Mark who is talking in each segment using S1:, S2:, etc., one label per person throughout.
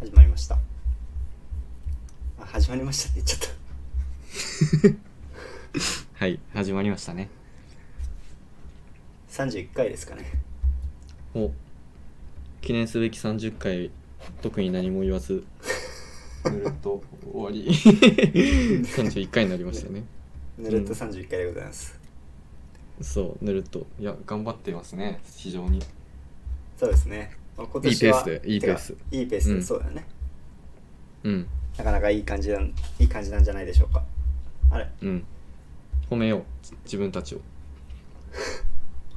S1: 始まりましたあ始まりましたって言っちゃっ
S2: はい始まりましたね
S1: た31回ですかね
S2: お記念すべき30回特に何も言わずぬるっと終わり 31回になりましたね
S1: ぬるっと31回でございます、
S2: そうぬるっといや頑張ってますね非常に
S1: そうですね、まあ、今年はい
S2: いペースでいい
S1: てか
S2: ペース
S1: いいペースで、
S2: うん
S1: そうだね
S2: うん
S1: なかなかいい感じなんいい感じなんじゃないでしょうかあれ
S2: うん褒めようじ自分たちを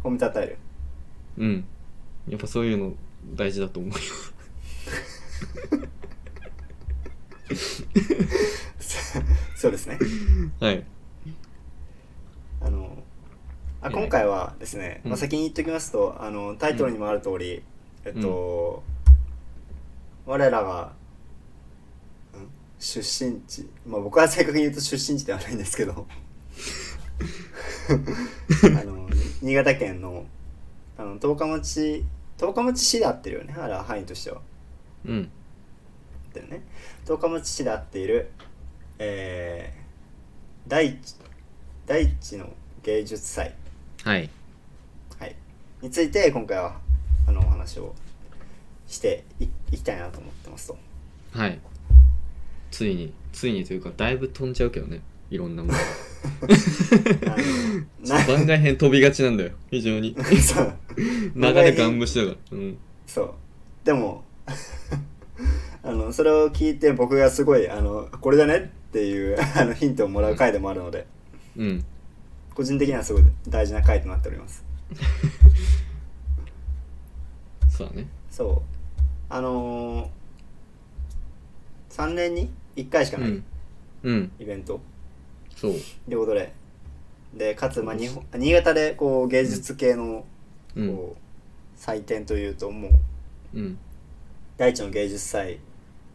S1: 褒めたたえる
S2: うんやっぱそういうの大事だと思うよ
S1: そうですね
S2: はい
S1: あのあ
S2: ええ
S1: 今回はですね、
S2: うん
S1: まあ、先に言っておきますとあのタイトルにもある通り、えっと、我らがん出身地、まあ、僕は正確に言うと出身地ではないんですけ どあの新潟県のあの十日町十日町市で合ってるよねあら範囲としては
S2: うん
S1: 合ってるね十日町市で合っている、えー、大地大地の芸術祭
S2: はい
S1: はい、について今回はあのお話をしていいきたいなと思ってますと
S2: はいついについにというかだいぶ飛んじゃうけどねいろんなも の
S1: あのな
S2: 番外編飛びがちなんだよ非常に
S1: そう
S2: 流れガン無視だからうん
S1: そうでも あのそれを聞いて僕がすごいあのこれだねっていう あのヒントをもらう回でもあるので
S2: うん
S1: 個人的にはすごい大事な回となっております
S2: そうだね
S1: そうあのー、3年に1回しか
S2: う
S1: ない、
S2: んうん
S1: イベント
S2: そう
S1: ということででかつ、まあ、日本新潟でこう芸術系の
S2: うん
S1: こう祭典というともう
S2: うん
S1: 大地の芸術祭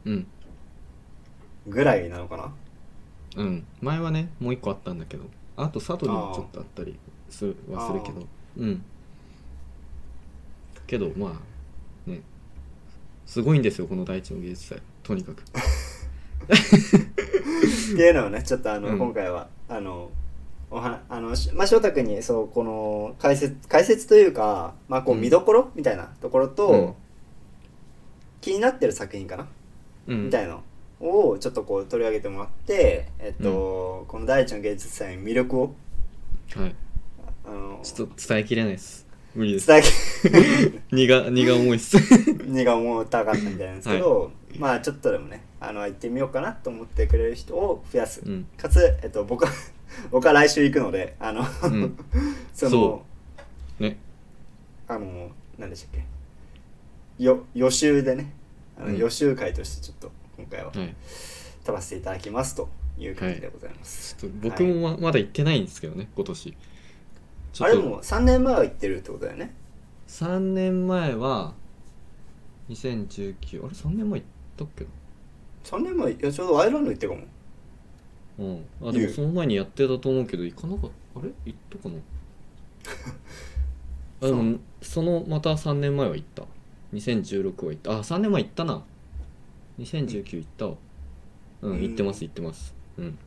S2: うん
S1: ぐらいなの かな
S2: うん前はねもう一個あったんだけどあと佐渡にもちょっとあったりするはするけ
S1: あ
S2: どうんけどまあねすごいんですよこの第一の芸術祭とにかく
S1: っていうのをねちょっとあの、
S2: うん
S1: 今回はあのおはあのしまあ翔太君にそうこの解説解説というか、まあ、こう
S2: うん
S1: 見どころみたいなところと、
S2: うん
S1: 気になってる作品かな、
S2: うん
S1: みたいなのをちょっとこう取り上げてもらって、えっとこの大地の芸術祭の魅力を
S2: はい
S1: あの
S2: ちょっと伝えきれないです無理です
S1: 伝え
S2: 荷が荷が重いっす
S1: 荷が重たかったみたいなんですけど、まあちょっとでもねあの行ってみようかなと思ってくれる人を増やす、
S2: うん
S1: かつ、えっと、僕は 僕は来週行くのであの、
S2: ん
S1: その
S2: そね
S1: あの何でしたっけよ予習でねあの、
S2: うん
S1: 予習会としてちょっと今回は
S2: はい
S1: 取らせていただきますという感じでございます、
S2: ちょっと僕もま,、まだ行ってないんですけどね今年ちょっ
S1: あ
S2: と
S1: れも3年前は行ってるってことだよね
S2: 3年前は2019あれ3年前行ったっけな
S1: 3年前いやちょうどアイルランド行ってるかも
S2: うんあ
S1: い
S2: で
S1: う
S2: もその前にやってたと思うけど行かなかったあれ行っ たかなあでもそのまた3年前は行った2016は行ったあ3年前行ったな2019行ったわうん、
S1: うん
S2: 行ってます行ってますうん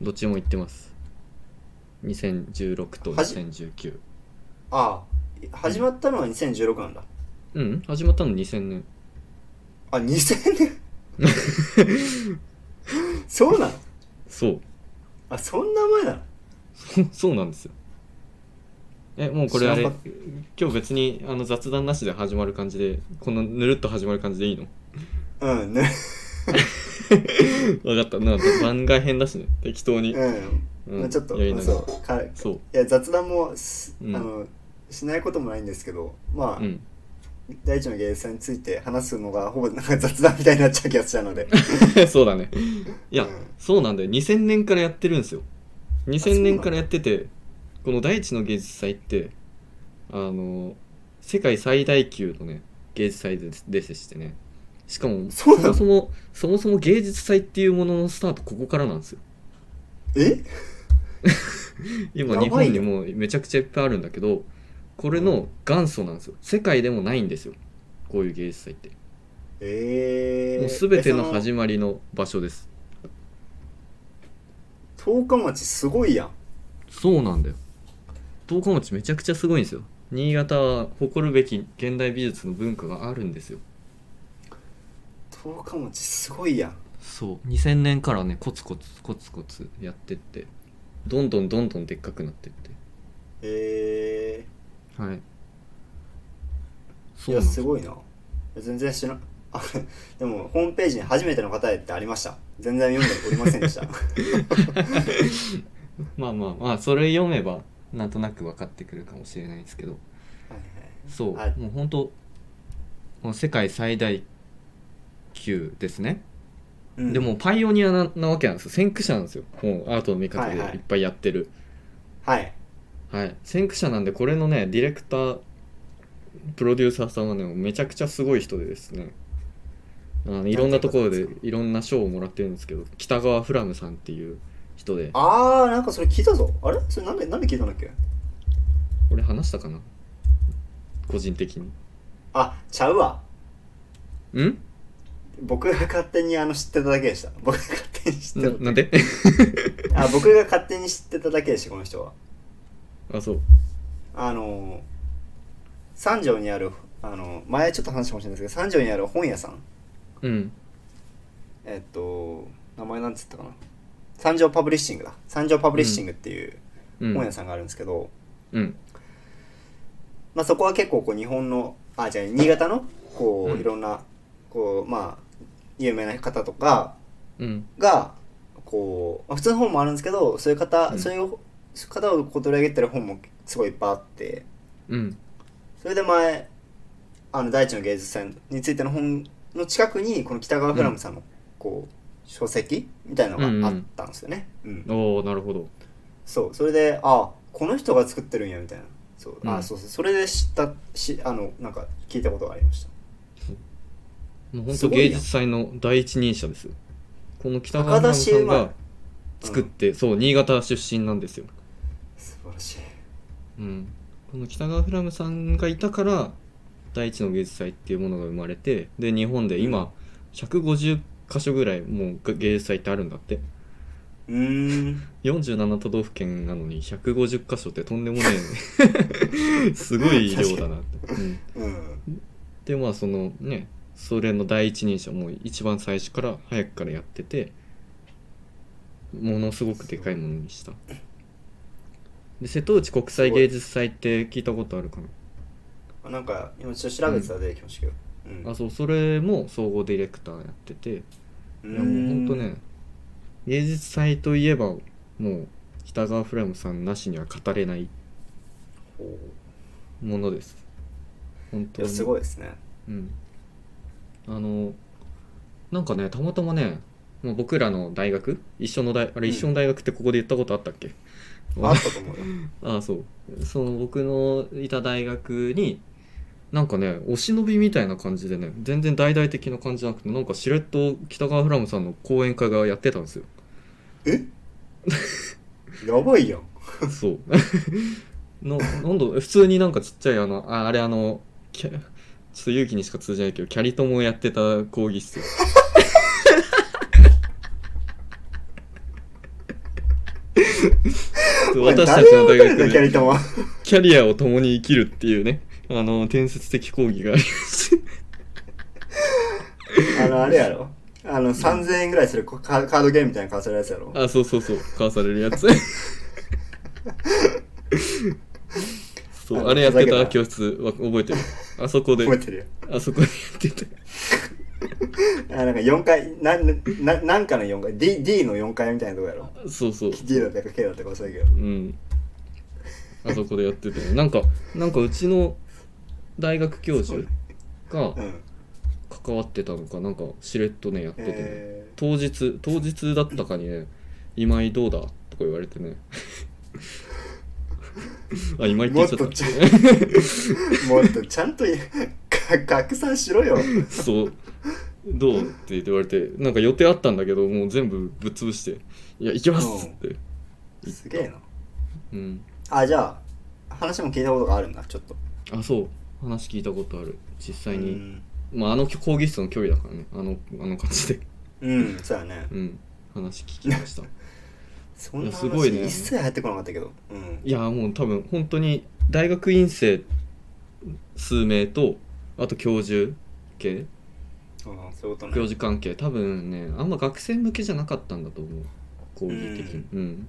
S2: どっちも行ってます2016と
S1: はじ
S2: 2019
S1: ああ始まったのは2016なんだ、
S2: うん始まったの2000年
S1: あ、2000年 そうなの
S2: そう
S1: あ、そんな前なの
S2: そうそうなんですよえもうこれあ
S1: 知
S2: れ
S1: らなかっ
S2: 今日別にあの雑談なしで始まる感じでこのぬるっと始まる感じでいいの
S1: うん、ね、
S2: 分かったなんか番外編だしね適当に、
S1: うん。まあちょっと、
S2: やり
S1: まあ
S2: なが
S1: そ、
S2: らそう
S1: かい
S2: そう
S1: や、雑談もす、
S2: うん
S1: あの、しないこともないんですけど、まあ、
S2: う、ん、
S1: 第一の芸術さんについて話すのが、ほぼなんか雑談みたいになっちゃう気がした ので。
S2: そうだねいや、
S1: うん
S2: そうなんだよ2000年からやってるんですよ
S1: そうな
S2: 2000
S1: んだ
S2: 年からやっててこの第一の芸術祭ってあの世界最大級のね芸術祭ですですしてねしかも
S1: そうなの
S2: もそもそもそも芸術祭っていうもののスタートここからなんですよ
S1: え
S2: 今
S1: やばい
S2: 日
S1: よ
S2: 本にもめちゃくちゃいっぱいあるんだけどこれの元祖なんですよ世界でもないんですよこういう芸術祭って
S1: え
S2: も
S1: ー、
S2: う全ての
S1: え
S2: 始まりの場所です
S1: その十日町すごいやん
S2: そうなんだよ十日町めちゃくちゃすごいんですよ新潟は誇るべき現代美術の文化があるんですよ
S1: 十日町すごいやん
S2: そう2000年からねコツコツコツコツやってってどんどんどんどんでっかくなってって
S1: え
S2: はい
S1: ー、
S2: そ
S1: いう
S2: な
S1: や
S2: んです
S1: すごいな全然知らんあ でもホームページに初めての方へってありました全然読んでおりませんでした
S2: まあまあまあそれ読めばなんとなく分かってくるかもしれないんですけどそう、
S1: はい
S2: もう本当もう世界最大級ですね、で、もパイオニアななわけなんですよ先駆者なんですよもうアートの見方で
S1: はいはい
S2: いっぱいやってる
S1: はいはい
S2: はい、先駆者なんでこれのねディレクタープロデューサーさんはねめちゃくちゃすごい人でですねあのいろんなところ
S1: な
S2: で
S1: んていう方です
S2: いろんな賞をもらってるんですけど北川フラムさんっていう人で
S1: あーなんかそれ聞いたぞあれそれなんでなんで聞いたんだっけ
S2: 俺話したかな個人的に
S1: あちゃうわ
S2: ん
S1: 僕が勝手にあの知ってただけでした僕が勝手に知って
S2: な
S1: た
S2: なんで
S1: あ僕が勝手に知ってただけでしたこの人は
S2: あそう
S1: あのー三条にあるあの前ちょっと話したかもしれないですけど三条にある本屋さん
S2: うん
S1: えっと名前なんつったかな三条パブリッシングだ三条パブリッシングっていう
S2: う
S1: 本屋
S2: ん
S1: さんがあるんですけど、
S2: うん
S1: まあ、そこは結構こう日本のあじゃあ新潟のこ
S2: うん
S1: ういろんなこうまあ有名な方とか
S2: うん
S1: がこう、まあ、普通の本もあるんですけどそういう方、
S2: うん
S1: そういう方をこう取り上げてる本もすごいいっぱいあって
S2: うん
S1: それで前あの大地の芸術祭についての本の近くにこの北川フラムさんのこう書籍みたいなのがあったんですよね。うん
S2: おおなるほど
S1: そうそれであこの人が作ってるんやみたいなそう、
S2: う
S1: あ
S2: ん
S1: そうそうそれで知ったしあのなんか聞いたことがありました
S2: もう本
S1: す
S2: 当
S1: ごいや
S2: 芸
S1: ん
S2: 術祭の第一人者ですよこの北
S1: 高
S2: 川フラ
S1: 田
S2: ム
S1: 氏
S2: さん
S1: 馬
S2: が作って、そう新潟出身なんですよ
S1: 素晴らしい
S2: うん、この北川フラムさんがいたから第一の芸術祭っていうものが生まれてで日本で今150箇所ぐらいもうが芸術祭ってあるんだって
S1: うーん
S2: 47都道府県なのに150箇所ってとんでもねえすごい量だなって、うん、
S1: うん
S2: でまあそのねそれの第一人者もう一番最初から早くからやっててものすごくでかいものにしたで瀬戸内国際芸術祭って聞いたことあるかな
S1: あなんか今ちょっと調べてたら出てきましたけどうん
S2: あそうそれも総合ディレクターやってていや
S1: ーん
S2: もうほんとね芸術祭といえばもう北川フラムさんなしには語れない
S1: おー
S2: ものです本
S1: い
S2: 当
S1: や
S2: に
S1: すごいですね
S2: うんあのなんかねたまたまねもう僕らの大学一緒の大あれ
S1: うん
S2: 一緒の大学ってここで言ったことあったっけ、
S1: あったと思うよ
S2: ああそうその僕のいた大学になんかねお忍びみたいな感じでね全然大々的な感じじゃなくてなんかしれっと北川フラムさんの講演会がやってたんですよ
S1: やばいやん
S2: そうのなんだ普通になんかちっちゃいあのああれあのキャちょっと勇気にしか通じないけどキャリトモをやってた講義室
S1: おい
S2: 私たちの
S1: 誰
S2: 大
S1: がわかる
S2: 学
S1: んだ
S2: で
S1: キャリトマ
S2: キャリアを共に生きるっていうね、あの、伝説的講義がありまして。
S1: あのあれやろあの3000円ぐらいするこカカードゲームみたいな顔するやつやろ
S2: あ、そうそうそう、買わされるやつ。 そ
S1: あ
S2: う、
S1: の
S2: あれやって
S1: ふざけ
S2: た
S1: た
S2: 教室は覚えてる。あそこで
S1: 覚、えてるよ
S2: あそこでやってた。
S1: あなんか4階なななんかの4階 D, D の4階みたいなとこやろ
S2: そうそう。
S1: D だったか K だったか忘れたけど
S2: うん。あそこでやってたよ。なんか、なんかうちの大学教授が
S1: うん
S2: 関わってたのか、なんかしれっとね、やっててね。
S1: え
S2: 当日当日だったかにね「今井どうだ?」とか言われ てねあ今井って言っちゃ
S1: もっとち
S2: っ
S1: ー、もっとちゃ んといか拡散しろよ
S2: たそう「どう?」って言われてなんか予定あったんだけどもう全部ぶっ潰して「いや行きます!」って
S1: すげえな
S2: うん
S1: あじゃあ話も聞いたことがあるんだちょっと
S2: あそう話聞いたことある実際
S1: う
S2: に
S1: ん
S2: まあ、あの講義室の距離だからねあのあの感じで、
S1: うんそうやね
S2: うん、話聞きま した
S1: そん
S2: い
S1: な
S2: やすごいね
S1: 話一切入ってこなかったけどうん
S2: いやもう多分本当に大学院生数名とあと教授系
S1: ああそういうことね
S2: 教授関係多分ねあんま学生向けじゃなかったんだと思う講義的にうん、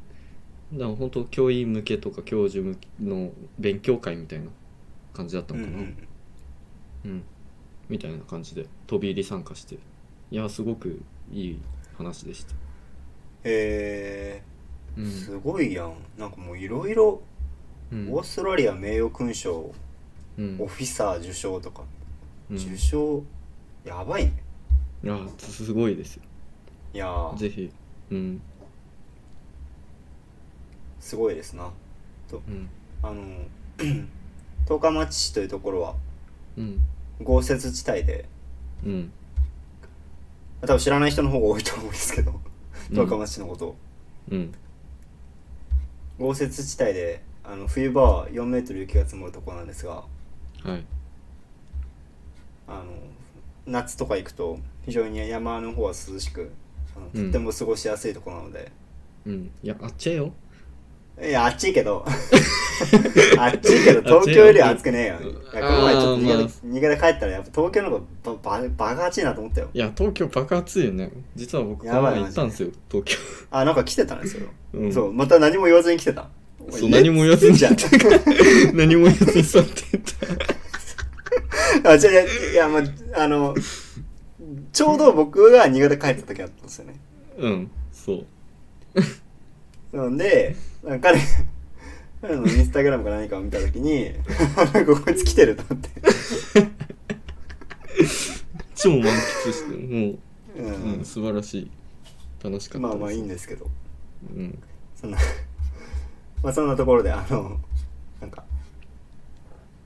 S2: だから本当教員向けとか教授向けの勉強会みたいな感じだった
S1: うん
S2: の
S1: う
S2: かな、
S1: ん
S2: うん、みたいな感じで飛び入り参加していやすごくいい話でした、
S1: へ
S2: う
S1: え
S2: ん
S1: すごいやんなんかもういろいろ
S2: うん
S1: オーストラリア名誉勲章
S2: うん
S1: オフィサー受賞とか
S2: うん、
S1: 受
S2: い
S1: 賞やばいね
S2: やすすごいですよ
S1: いやー
S2: ぜひうん
S1: すごいですな
S2: うん
S1: あの 十日町市というところは
S2: うん
S1: 豪雪地帯で
S2: うん
S1: 多分知らない人の方が多いと思うんですけど十日町のことを、
S2: うん
S1: 豪雪地帯であの冬場は4メートル雪が積もるところなんですが
S2: はい
S1: あの夏とか行くと非常に山の方は涼しくあの
S2: うん
S1: とても過ごしやすいところなので、
S2: うんいやあっちゃえよ
S1: いやあっちいけど あっちいけど東京よりは暑くねえよ
S2: うん
S1: いやこの前ちょっと逃げ
S2: あーまあ
S1: 逃げで帰ったらやっぱ東京の方がばばバカ暑いなと思ったよ
S2: いや東京爆発いよね実は僕こ
S1: や
S2: の
S1: ばい
S2: 前行ったんですよ東京
S1: あなんか来てたんですよ、
S2: うん
S1: そうまた何も言わずに来てた
S2: そう何も言わずに
S1: じゃん
S2: 何も言わずに座ってた
S1: あ、じゃあ、いや、まあ、あの、ちょうど僕が新潟帰った時だったんですよね。
S2: うんそう
S1: なんで、なんか彼、彼のインスタグラムか何かを見た時に、 なんかこいつ来てると思って。
S2: 超満喫しても
S1: う
S2: う、うんん、素晴らしい楽しかったです
S1: まあまあいいんですけど、
S2: うん
S1: そんな、まあそんなところで、あの、なんか、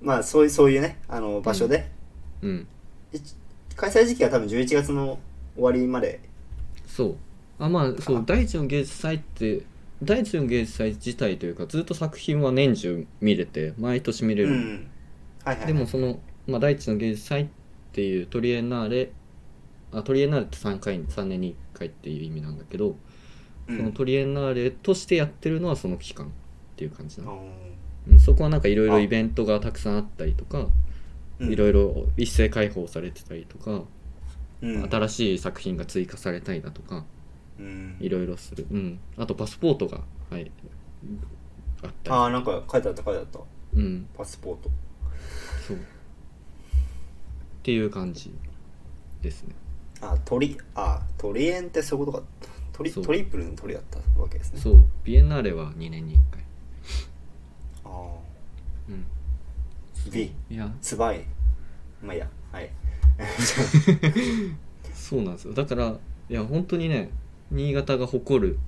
S1: まあそういう、そういうね、あの、場所で、
S2: うん
S1: い開催時期は多分11月の終わりまで、
S2: そうあまあそ
S1: あ
S2: う第一の芸術祭って第一の芸術祭自体というかずっと作品は年中見れて毎年見れ
S1: う
S2: る、
S1: ん。はいはいはい。
S2: でもその、まあ、第一の芸術祭っていうトリエンナーレあトリエンナーレって3回3年に1回っていう意味なんだけど、
S1: う
S2: その
S1: ん、
S2: トリエンナーレとしてやってるのはその期間っていう感じ
S1: あ
S2: なの、
S1: の
S2: うんそこはなんかいろい
S1: あ
S2: ろイベントがたくさんあったりとか
S1: うん
S2: いろいろ一斉開放されてたりとか、
S1: うん
S2: 新しい作品が追加されたりだとか、
S1: うん
S2: いろいろする、うん、あとパスポートが、はい、あったり
S1: ああなんか書いてあった書いてあった
S2: うん
S1: パスポート
S2: そうっていう感じですね
S1: あ鳥あ鳥園ってそういうことか鳥
S2: そう
S1: トリプルの鳥だったわけですね
S2: そうビエンナーレは2年に1回
S1: ああ
S2: うんすごい
S1: B
S2: いや
S1: つばいまあいいやはい
S2: そうなんですよだからいや本当にね新潟が誇る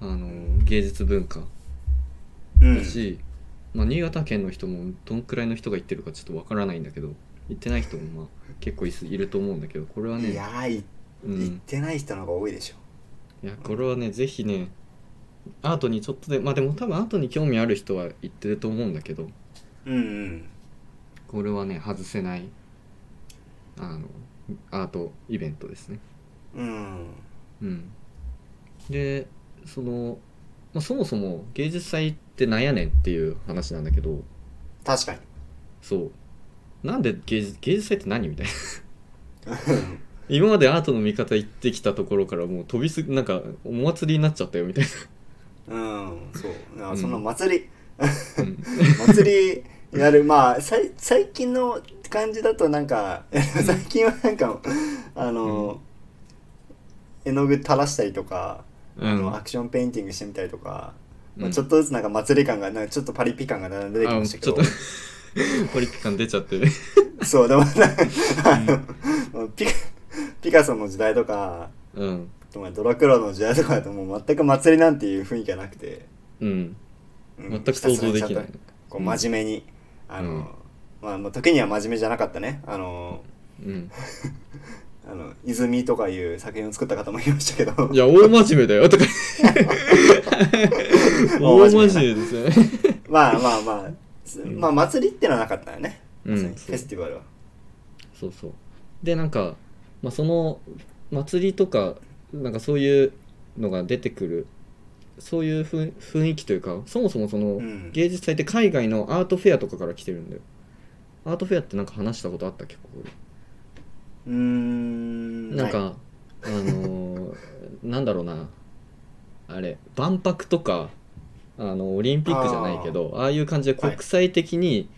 S2: あの芸術文化
S1: うん
S2: だし、まあ、新潟県の人もどんくらいの人が行ってるかちょっとわからないんだけど行ってない人もまあ結構いすいると思うんだけどこれはね
S1: いやーい
S2: うん
S1: 行ってない人の方が多いでしょ
S2: いやこれはねぜひねアートにちょっとでまあでも多分アートに興味ある人は言ってると思うんだけど
S1: うんうん
S2: これはね外せないあのアートイベントですね
S1: うん
S2: うんでその、まあ、そもそも芸術祭ってなんやねんっていう話なんだけど
S1: 確かに
S2: そうなんで芸術芸術祭って何みたいな 今までアートの見方言ってきたところからもう飛びすぎなんかお祭りになっちゃったよみたい
S1: うんそうあ
S2: うん
S1: その祭り、
S2: な、 うん
S1: 祭りやるまあさい最近の感じだとなんか最近はなんかあの、絵の具垂らしたりとか、
S2: う
S1: あ
S2: ん
S1: のアクションペインティングしてみたりとか、ま
S2: う
S1: あ、
S2: ん
S1: ちょっとずつなんか祭り感がなんかちょっとパリピ感が出てきましたけ
S2: あ
S1: ど
S2: ちょっとポリピ感出ちゃってる
S1: そうでもなんかあのピカピカソの時代とか
S2: うん
S1: まあドラクロの時代とかだともう全く祭りなんていう雰囲気がなくて、
S2: うん
S1: うん
S2: 全く想像できない
S1: こう真面目に、あの、
S2: うん
S1: まあまあ時には真面目じゃなかったねあの
S2: うん
S1: あの泉とかいう作品を作った方もいましたけど
S2: いや大真面目だよと か大真面目ですね
S1: まあまあまあ、す
S2: ん
S1: まあ祭りってのはなかったよね、
S2: うん
S1: まさに
S2: そう
S1: フェスティバルは
S2: そうそうでなんか、まあ、その祭りとかなんかそういうのが出てくるそういうふん雰囲気というかそもそもその
S1: うん
S2: 芸術祭って海外のアートフェアとかから来てるんだよアートフェアってなんか話したことあったっけここで
S1: うーん
S2: なんか、
S1: はい
S2: あの ーなんだろうなあれ万博とかあのオリンピックじゃないけどああいう感じで
S1: はい
S2: 国際的に、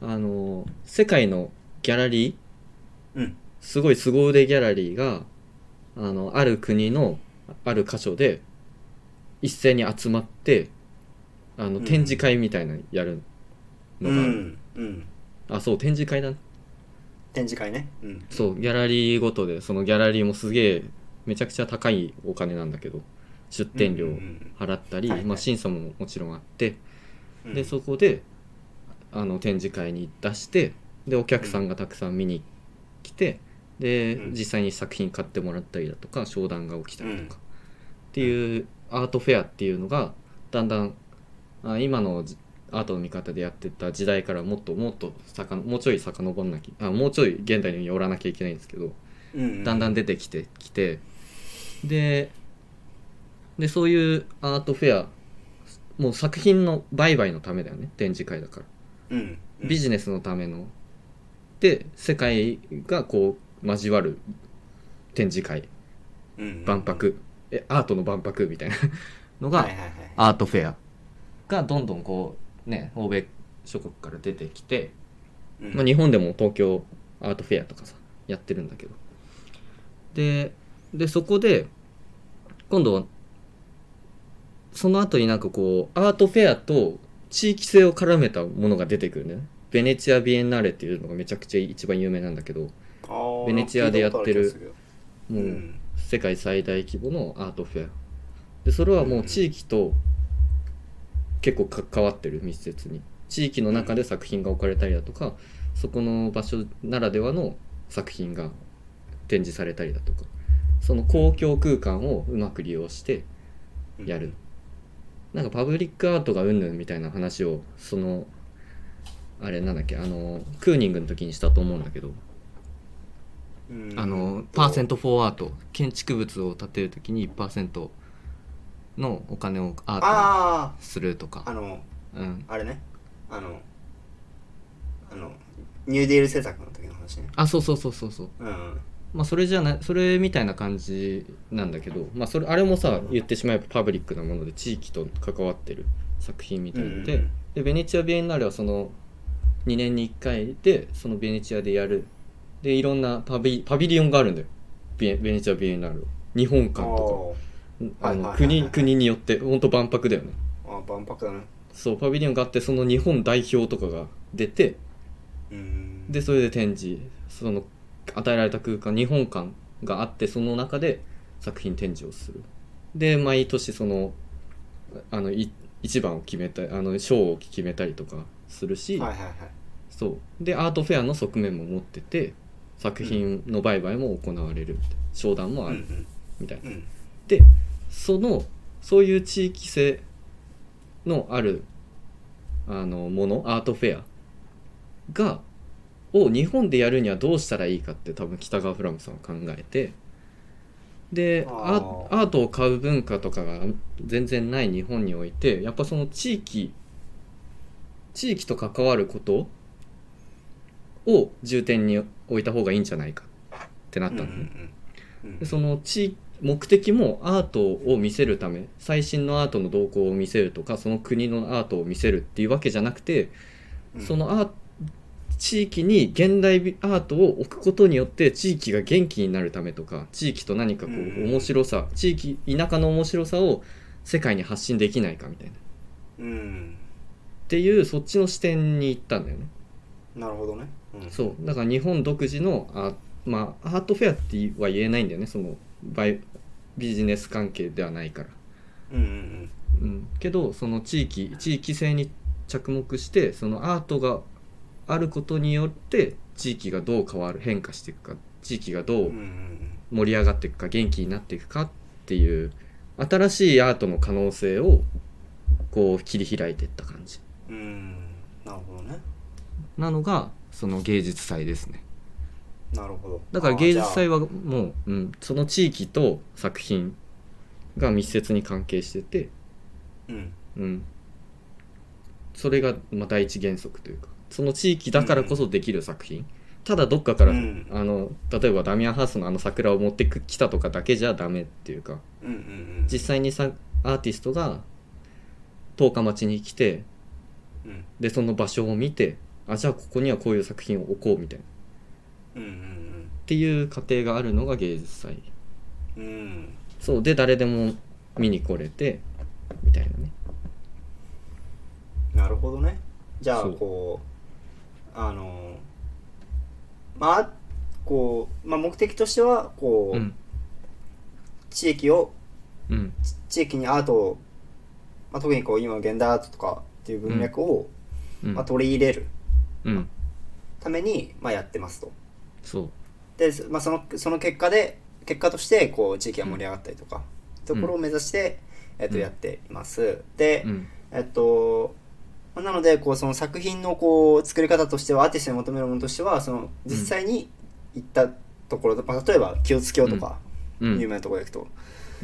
S2: あのー世界のギャラリー
S1: うん
S2: すごい凄腕ギャラリーがあのある国のある箇所で一斉に集まってあの
S1: うん
S2: 展示会みたいなのやるの
S1: う
S2: が、
S1: ん、うん、
S2: あそう展示会だ
S1: 展示会ねうん
S2: そうギャラリーごとでそのギャラリーもすげえめちゃくちゃ高いお金なんだけど出店料
S1: うんうん
S2: 払ったり、
S1: はいはい
S2: まあ、審査ももちろんあって、
S1: うん
S2: でそこであの展示会に出してでお客さんがたくさん見に来てで、
S1: うん
S2: 実際に作品買ってもらったりだとか商談が起きたりとか、っていうアートフェアっていうのがだんだんあ今のじアートの見方でやってた時代からもっともっとさかもうちょい遡んなきゃあもうちょい現代に寄らなきゃいけないんですけど、
S1: うんうん
S2: だんだん出てきてきてででそういうアートフェアもう作品の売買のためだよね展示会だか
S1: う
S2: ら
S1: んうん
S2: ビジネスのためので世界がこう交わる展示会
S1: うん
S2: 万博えアートの万博みた いなの
S1: は
S2: が
S1: いはいはい
S2: アートフェアがどんどんこうね欧米諸国から出てきて
S1: うん
S2: まあ、日本でも東京アートフェアとかさやってるんだけどででそこで今度はその後になんかこうアートフェアと地域性を絡めたものが出てくるんだよねベネチア・ビエンナーレっていうのがめちゃくちゃ一番有名なんだけど
S1: あー
S2: ベネチアでやってる
S1: 聞いたことある気が
S2: も
S1: するよう
S2: うん世界最大規模のアートフェアでそれはもう地域と結構関わってる密接に地域の中で作品が置かれたりだとかそこの場所ならではの作品が展示されたりだとかその公共空間をうまく利用して
S1: うん
S2: やるなんかパブリックアートがうんぬんみたいな話をそのあれなんだっけあのクーニングの時にしたと思うんだけど
S1: うん
S2: あのパーセント・フォー・アート建築物を建てるときに1%のお金をアート
S1: あ
S2: にすると
S1: ああ
S2: か、
S1: の
S2: うん、
S1: あれねあのあのニューディール制作の時の話ね
S2: あそうそうそうそうそう
S1: うん
S2: まあそれじゃないそれみたいな感じなんだけど、まあ、それあれもさ言ってしまえばパブリックなもので地域と関わってる作品みたいので,、
S1: うんうんうん
S2: でベネチア・ビエンナーレはその2年に1回でそのベネチアでやるでいろんなパビパビリオンがあるんだよビエベネチア・ビエンナーレは日本館とか。あ
S1: はいはいはい
S2: の
S1: はい
S2: 国国によって本当万博だよね
S1: あーあー万博だね
S2: そうパビリオンがあってその日本代表とかが出て
S1: うん
S2: でそれで展示その与えられた空間日本館があってその中で作品展示をするで毎年そのあのい一番を決めたあの賞を決めたりとかするし、
S1: はいはいはい
S2: そうでアートフェアの側面も持ってて作品の売買も行われる、商談もあ
S1: うんう
S2: る
S1: ん
S2: みたいな
S1: うん
S2: でそのそういう地域性のあるあのものアートフェアがを日本でやるにはどうしたらいいかって多分北川フラムさんは考えてでア
S1: あー
S2: アートを買う文化とかが全然ない日本においてやっぱその地域地域と関わることを重点に置いた方がいいんじゃないかってなっ
S1: うん
S2: た
S1: う
S2: のね。
S1: んうん
S2: でその地目的もアートを見せるため最新のアートの動向を見せるとかその国のアートを見せるっていうわけじゃなくて、
S1: うん
S2: そのアー地域に現代美アートを置くことによって地域が元気になるためとか地域と何かこう
S1: うん
S2: 面白さ、地域田舎の面白さを世界に発信できないかみたいなっ
S1: うん
S2: ていうそっちの視点に行ったんだよね。
S1: なるほどねうん
S2: そうだから日本独自のあまあアートフェアっては言えないんだよねそのバイビジネス関係ではないから、
S1: うんうん
S2: うん、けどその地域地域性に着目してそのアートがあることによって地域がどう変わる変化していくか地域がど
S1: うんう
S2: うん
S1: うん
S2: 盛り上がっていくか元気になっていくかっていう新しいアートの可能性をこう切り開いていった感じ
S1: うんうんなるほどね
S2: なのがその芸術祭ですね
S1: なるほど
S2: だから芸術祭
S1: は
S2: はもう、うん、その地域と作品が密接に関係してて、
S1: うん
S2: うん、それがまあ第一原則というかその地域だからこそできる作品、ただどっかから、
S1: うん
S2: あの例えばダミアン・ハーストのあの桜を持ってきたとかだけじゃダメっていうか
S1: うんうんうん
S2: 実際にさアーティストが十日町に来て
S1: うん
S2: でその場所を見てあじゃあここにはこういう作品を置こうみたいなっ
S1: うんうん
S2: ていう過程があるのが芸術祭
S1: うんうん
S2: そうで誰でも見に来れてみたいなね
S1: なるほどねじゃあ
S2: そう
S1: こうあのまあこう、まあ、目的としてはこ
S2: う
S1: う、
S2: ん
S1: 地域を
S2: うん
S1: 地域にアートを、まあ、特にこう今の現代アートとかっていう文脈を、
S2: うん
S1: まあ、取り入れる
S2: うん
S1: ために、まあ、やってますと
S2: そう
S1: で、まあ、そのその結果で結果としてこう地域が盛り上がったりとか、ところを目指して、えっと
S2: うん
S1: やっていますで、
S2: うん
S1: えっとまあなのでこうその作品のこう作り方としてはアーティストに求めるものとしてはその実際に行ったところと、まあ、例えば清津峡とか、
S2: う
S1: 有名
S2: ん
S1: なところ行くと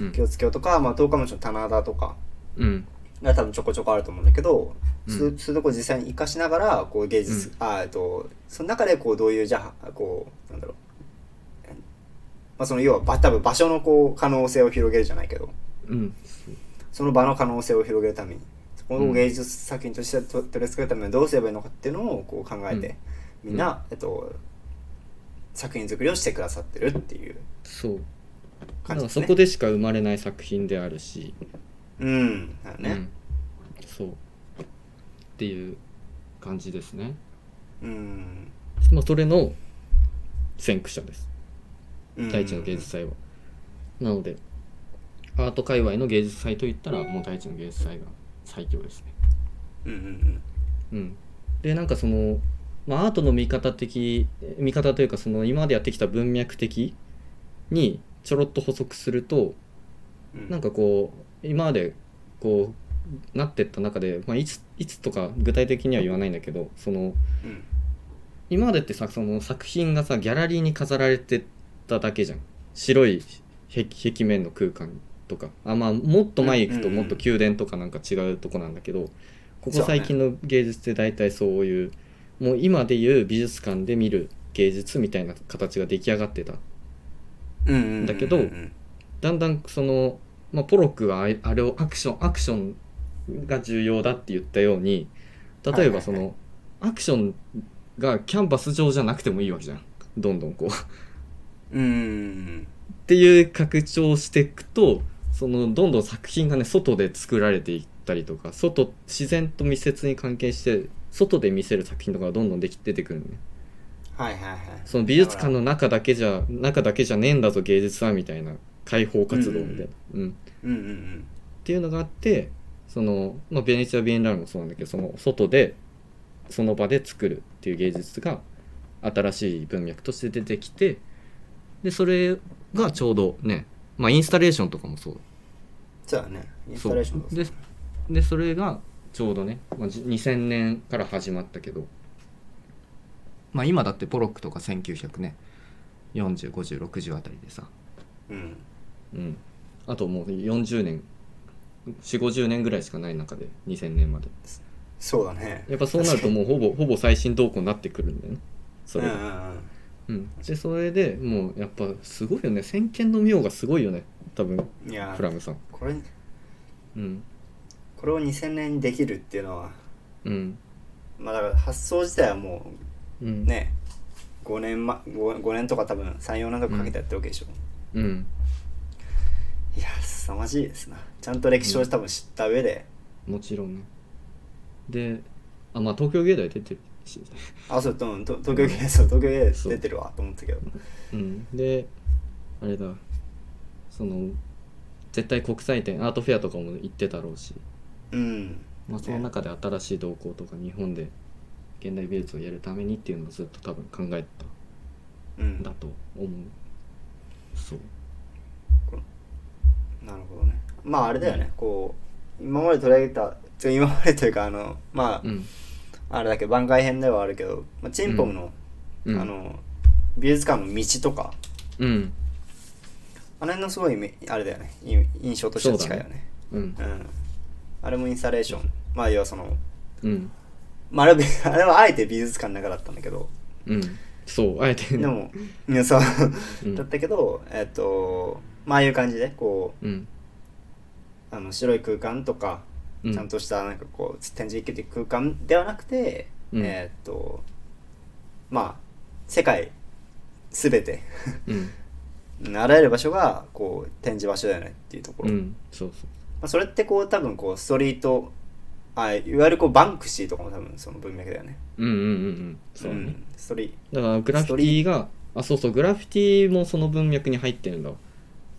S2: うん
S1: 清津峡とか、まあ、十日町の棚田とか
S2: うん
S1: が多分ちょこちょこあると思うんだけど、
S2: うん
S1: そうそういうとこ実際に活かしながらこう芸術、あえっとその中でこうどういうじゃあこうなんだろう、まあ、その要はば多分場所のこう可能性を広げるじゃないけど
S2: うん
S1: その場の可能性を広げるためにそこ
S2: うん
S1: を芸術作品としてと取り扱うためにはどうすればいいのかっていうのをこう考えて、
S2: うん
S1: みんな、えっと、作品作りをしてくださってるっていう
S2: そうだ
S1: 感じ
S2: から
S1: です
S2: そ
S1: ね
S2: こ。でしか生まれない作品であるし、
S1: うん、だよ
S2: う
S1: ね
S2: ん、そうっていう感じですね
S1: うん
S2: まあそれの先駆者です
S1: うん、
S2: 第一の芸術祭は、なのでアート界隈の芸術祭といったらもう第一の芸術祭が最強ですね
S1: うんうんうん
S2: うん、でなんかその、まあ、アートの見方的見方というかその今までやってきた文脈的にちょろっと補足すると
S1: うん、
S2: なんかこう今までこうなってった中で、まあ、いついつとか具体的には言わないんだけどその
S1: うん
S2: 今までってさその作品がさギャラリーに飾られてただけじゃん白い壁壁面の空間とかあ、まあ、もっと前行く
S1: うん
S2: と
S1: うんう
S2: も
S1: ん
S2: っと宮殿とかなんか違うとこなんだけど、ここ
S1: そうね
S2: 最近の芸術って大体そういうもう今でいう美術館で見る芸術みたいな形が出来上がってただけど
S1: うんうん
S2: だんだんその、まあ、ポロックがあれあれをアクションアクションが重要だって言ったように例えばその、
S1: はい
S2: アクションがキャンバス上じゃなくてもいいわけじゃんどんどんこう
S1: うんうん
S2: っていう拡張をしていくとそのどんどん作品がね外で作られていったりとか外自然と密接に関係して外で見せる作品とかがどんどんでき出てくるのね
S1: はいはいはい
S2: その美術館の中だけじゃ中だけじゃねえんだぞ芸術はみたいな開放活動みたいな、うんっ
S1: うんうん
S2: ていうのがあってその、まあ、ベネチア・ビエンラールもそうなんだけどその外でその場で作るっていう芸術が新しい文脈として出てきてでそれがちょうどね、まあ、インスタレーションとかもそう
S1: そうだねインス
S2: そ
S1: タレー
S2: う
S1: ションとか
S2: ででそれがちょうどね、まあ、じ2000年から始まったけど、まあ、今だってポロックとか1900ね405060あたりでさ、
S1: うん
S2: うん、あともう40年450年ぐらいしかない中で2000年まで
S1: そうだね
S2: やっぱそうなるともうほぼほぼ最新動向になってくるんだよねそれ
S1: う
S2: が
S1: んうんうん
S2: うん、でそれでもうやっぱすごいよね先見の妙がすごいよね多分
S1: いや
S2: フラムさん
S1: これ
S2: うん
S1: これを2000年にできるっていうのは
S2: うん
S1: まあだから発想自体はも
S2: うん
S1: うね5年,、ま、5, 年とか多分34年とかかけてやってるわけでしょ、
S2: うん
S1: いや凄まじいですなちゃんと歴史を多分知った上で、
S2: もちろんねであまあ東京芸大出てるし、
S1: あそうとと東京芸大そう東京芸大出てるわと思ったけど
S2: うん、であれだその絶対国際展アートフェアとかも行ってたろうし、
S1: うん
S2: まあ、その中で新しい動向とか日本で現代美術をやるためにっていうのをずっと多分考えて
S1: う
S2: た
S1: ん
S2: んだと思うそう
S1: なるほどねまああれだよねこう今まで取り上げたちょ今までというかあのまあ、
S2: うん
S1: あれだけど番外編ではあるけど、まあ、チンポムの、
S2: うん
S1: あの美術館の道とか
S2: うん
S1: あの辺のすごいイメあれだよねい印象としては近いよね
S2: うん
S1: うんあれもインスタレーションまあ要はその、
S2: うん
S1: まあ、あれは あれはあえて美術館の中だったんだけど
S2: うんそうあえて
S1: でもいやそう
S2: うん
S1: だったけどえっとまあああいう感じでこ
S2: うん
S1: うあの白い空間とか
S2: うん
S1: ちゃんとしたなんかこう展示できる空間ではなくて、
S2: うん
S1: えーっとまあ世界すべて
S2: うん
S1: あらゆる場所がこう展示場所だよねっていうとこ
S2: う
S1: ろ、ま
S2: んそうそ
S1: あ、それってこう多分こうストリートあいわゆるこうバンクシーとかも多分その文脈だよね
S2: ううんうんうんうんそうだね、
S1: ん、ストリ
S2: だからグラフィティがあそうそうグラフィティもその文脈に入ってるんだわ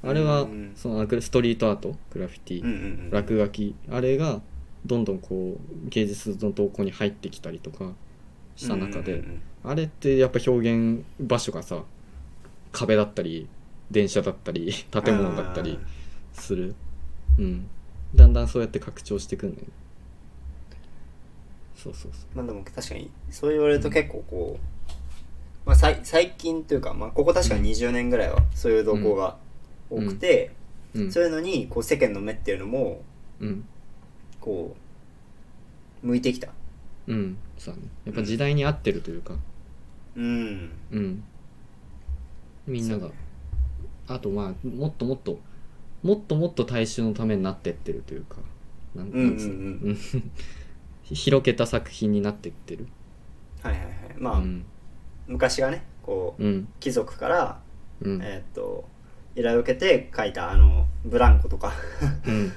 S2: あれは、
S1: うん
S2: そのあグストリートアートグラフィティ、
S1: うんうんうん
S2: 落書きあれがどんどんこう芸術の投稿に入ってきたりとかした中
S1: う
S2: で、
S1: んうんうん
S2: あれってやっぱ表現場所がさ壁だったり電車だった り建物だったりするうんだんだんそうやって拡張していくんだよねそうそうそ
S1: まあでも確かにそう言われると結構こう、まあ、さい最近というか、まあ、ここ確かに20年ぐらいはそういう動向が多くて、
S2: ううん
S1: そういうのにこう世間の目っていうのも
S2: うん
S1: こう向いてきた
S2: うんそうだねやっぱ時代に合ってるというか
S1: うん
S2: うんみんながあとまあもっともっともっともっと大衆のためになってってるというかな
S1: う
S2: ん
S1: んうん
S2: つ
S1: う
S2: うの
S1: ん
S2: 広げた作品になってってる
S1: はいはいはいまあ、
S2: うん
S1: 昔がねこう
S2: うん
S1: 貴族から、
S2: うん
S1: えーっと依頼を受けて書いたあのブランコとか
S2: うん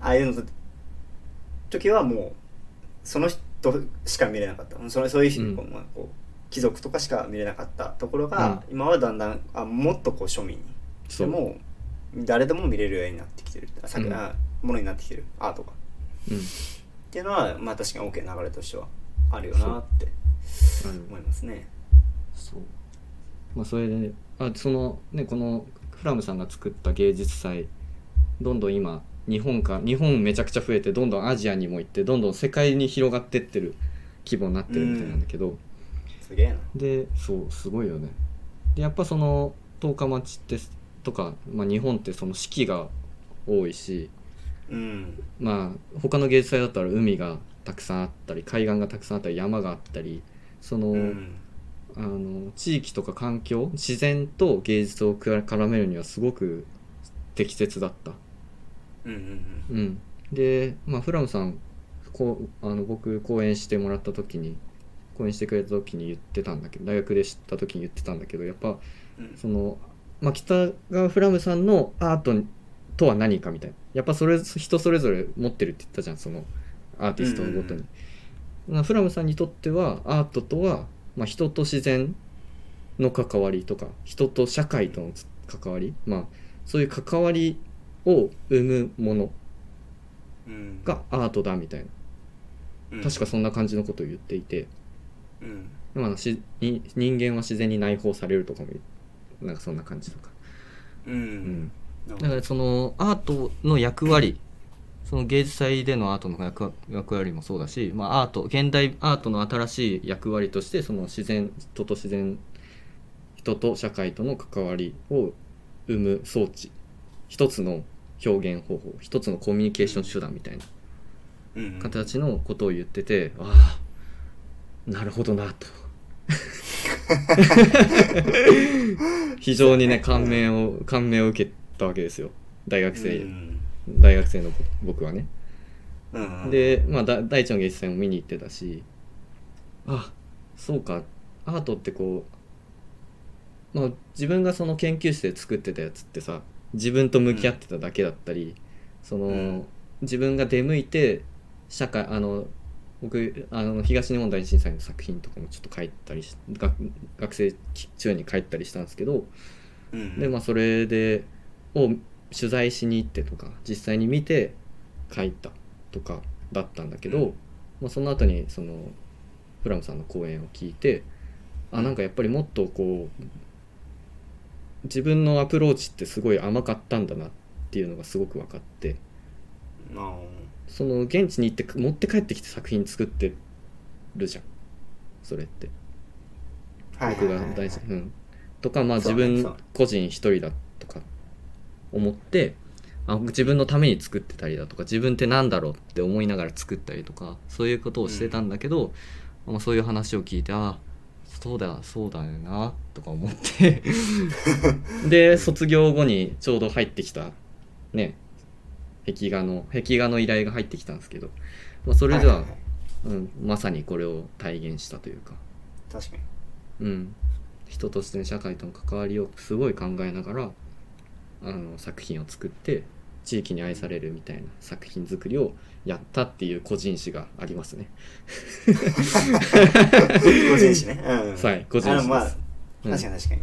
S1: ああいうのと時はもうその人しか見れなかったそのそういう人、
S2: うん
S1: こうまあこう貴族とかしか見れなかったところが、今はだんだんあもっとこう庶民にで
S2: そう
S1: も誰でも見れるようになってきてる作、
S2: うん
S1: あものになってきてるアートがっ
S2: うん
S1: ていうのはまあ確かに OK 流れとしてはあるよなって
S2: あの
S1: 思いますね
S2: そうまあそれであそのねこのフラムさんが作った芸術祭どんどん今日本か日本めちゃくちゃ増えてどんどんアジアにも行ってどんどん世界に広がってってる規模になってるみたいなんだけど、
S1: すげえな
S2: でそうすごいよねでやっぱその十日町ってとか、まあ、日本ってその四季が多いし
S1: うん
S2: まあ他の芸術祭だったら海がたくさんあったり海岸がたくさんあったり山があったりその、
S1: うん
S2: あの地域とか環境自然と芸術をくら絡めるにはすごく適切だった。
S1: うんうん
S2: うん、で、まあ、フラムさんこうあの僕講演してもらった時に講演してくれた時に言ってたんだけど大学で知った時に言ってたんだけどやっぱ
S1: うんうん
S2: その、まあ、北川フラムさんのアートとは何かみたいなやっぱそれ人それぞれ持ってるって言ったじゃんそのアーティストごとに、まあフラムさんにとってはアートとは、まあ、人と自然の関わりとか人と社会とのつ関わり、まあ、そういう関わりを生むもの
S1: うん
S2: がアートだみたいな
S1: うん
S2: 確かそんな感じのことを言っていて、
S1: うん
S2: まあ、しに人間は自然に内包されるとかもなんかそんな感じとか、
S1: うんうんなるほ
S2: だか
S1: ど
S2: らそのアートの役割その芸術祭でのアートの役割役割もそうだし、まあ、アート現代アートの新しい役割としてその自然人と自然人と社会との関わりを生む装置一つの表現方法一つのコミュニケーション手段みたいな
S1: うん
S2: 形のことを言ってて、ああなるほどな と非常にね感銘を感銘を受けたわけですよ大学生、
S1: うん
S2: 大学生の僕はね
S1: うんうん
S2: で、まあ、だ第一の芸術祭も見に行ってたしあそうかアートってこう、まあ、自分がその研究室で作ってたやつってさ自分と向き合ってただけだったり、その、
S1: うん
S2: 自分が出向いて社会あの僕あの東日本大震災の作品とかもちょっと書いたりし学学生中に書いたりしたんですけど、
S1: うん
S2: でまあそれでを取材しに行ってとか実際に見て書いたとかだったんだけど、
S1: うん
S2: まあ、その後にそのフラムさんの講演を聞いてあなんかやっぱりもっとこう自分のアプローチってすごい甘かったんだなっていうのがすごく分かって
S1: あー
S2: その現地に行って持って帰ってきて作品作ってるじゃんそれって。
S1: はい
S2: 僕が大事、うん、とかまあ自分
S1: そうね
S2: 個人一人だとか思ってあ自分のために作ってたりだとか自分ってなんだろうって思いながら作ったりとかそういうことをしてたんだけど、まあ、そういう話を聞いてあそうだそうだよなとか思って で卒業後にちょうど入ってきたね壁画の壁画の依頼が入ってきたんですけど、まあ、そ
S1: そ
S2: れで
S1: は
S2: は、
S1: いいい
S2: うん、まさにこれを体現したというか
S1: 確かに
S2: うん、人としての社会との関わりをすごい考えながらあの作品を作って地域に愛されるみたいな作品作りをやったっていう個人誌がありますね。
S1: 個人誌 ねうん
S2: はい個人誌
S1: あ
S2: で
S1: の
S2: す
S1: まあ
S2: うん
S1: 確かに確かに、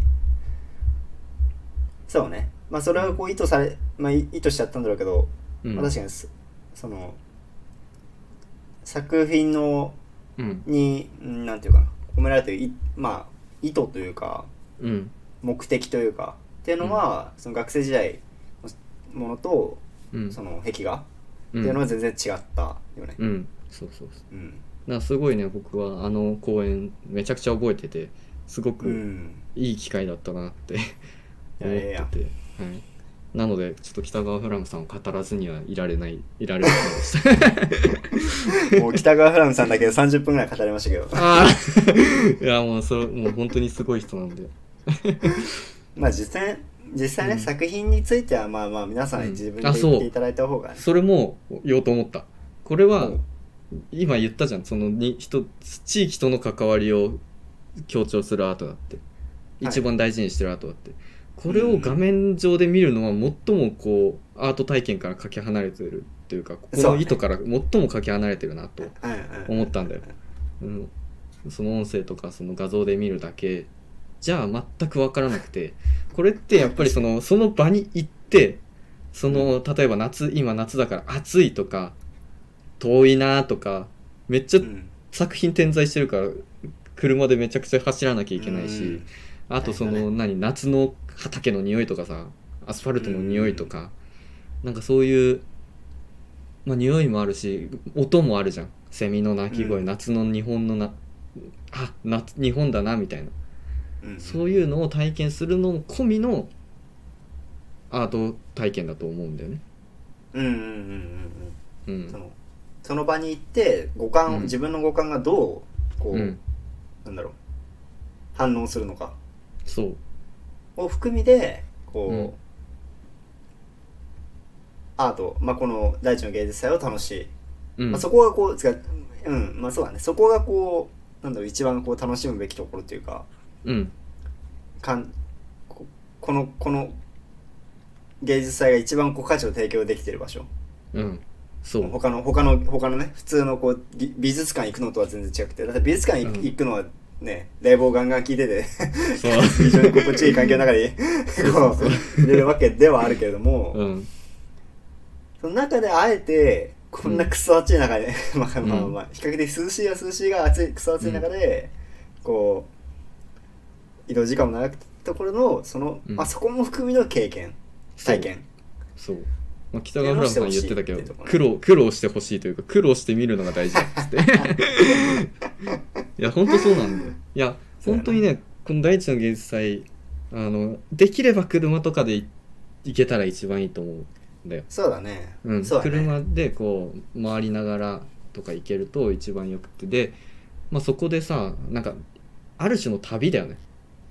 S1: そうねまあそれはこう意図され、まあ、い意図しちゃったんだろうけど、
S2: うん
S1: まあ、確かにそその作品の
S2: うん
S1: にうんなんていうかな込められてるいまあ意図というか
S2: うん
S1: 目的というかっていうのは、その学生時代のものと
S2: うん
S1: その壁画って
S2: う
S1: いうのは
S2: ん
S1: 全然違ったよね。
S2: うんそうそうそう
S1: うん。
S2: だからすごいね僕はあの公演めちゃくちゃ覚えててすご
S1: う
S2: く
S1: ん。
S2: いい機会だったなって
S1: い
S2: 思
S1: や
S2: っ
S1: いやい
S2: て
S1: や。
S2: て、はい、なのでちょっと北川フラムさんを語らずにはいられないいられませんでした。。
S1: もう北川フラムさんだけで30分ぐらい語りましたけど
S2: ああ いやもうそれもう本当にすごい人なんで
S1: まあ実際、実際ね、
S2: うん
S1: 作品についてはまあまあ皆さん
S2: うん
S1: 自分
S2: あ
S1: で
S2: そう
S1: 言っていただいた方がね。
S2: それも言おうと思ったこれは
S1: うん
S2: 今言ったじゃんそのに人地域との関わりを強調するアートだって
S1: はい
S2: 一番大事にしてるアートだって、これを画面上で見るのは最もこうアート体験からかけ離れてるっていうかここ
S1: そう
S2: の
S1: ね
S2: 意図から最もかけ離れてるなと
S1: うんうん
S2: 思ったんだよ。うん、その音声とかその画像で見るだけじゃあ全く分からなくてこれってやっぱりそのその場に行ってその例えば夏今夏だから暑いとか遠いなとかめっちゃ
S1: うん
S2: 作品点在してるから車でめちゃくちゃ走らなきゃいけないし、
S1: うん
S2: あとそ
S1: 大変だ
S2: の何夏の畑の匂いとかさアスファルトの匂いとか、なんかそういうまあ匂いもあるし音もあるじゃんセミの鳴き声、
S1: うん
S2: 夏の日本のなあ夏日本だなみたいな、
S1: うん
S2: そういうのを体験するのも込みのアート体験だと思うんだよね。
S1: うんうんうんうんう
S2: う
S1: ん。そ
S2: ん
S1: のその場に行って五感、
S2: うん
S1: 自分の五感がどうこう、
S2: うん、
S1: なんだろう反応するのか
S2: そう
S1: を含みでこう、
S2: うん
S1: アート、まあ、この第一の芸術祭を楽しい、
S2: うん
S1: まあ、そこがこうつかうんまあそうだねそこがこうなんだろう一番こう楽しむべきところというか
S2: うん
S1: かんここのこの芸術祭が一番こう価値を提供できてる場所
S2: うんそう
S1: 他の他の他のね普通のこうぎ美術館行くのとは全然違くてだって美術館行,、
S2: うん
S1: 行くのはね冷房ガンガン効いて て
S2: そう
S1: 非常に心地いい環境の中 でこう入れるわけではあるけれども、
S2: うん
S1: その中であえてこんなクソ暑い中で、まあまあまあ比較的涼しいは涼しいが暑いクソ暑い中で、こう移動時間も長くところのその、
S2: うん
S1: まあそこも含みの経験体験
S2: そう、まあ、北川フランさん言ってたけ
S1: 苦労してほしいってと
S2: ど
S1: こね
S2: 苦労苦労してほしいというか苦労してみるのが大事だっ つっていや本当そうなんだよいや本当にねこの第一の芸術祭あのできれば車とかでい行けたら一番いいと思うんだよ、
S1: そうだね、
S2: うん
S1: そうだね
S2: 車でこう回りながらとか行けると一番よくてで、まあ、そこでさなんかある種の旅だよね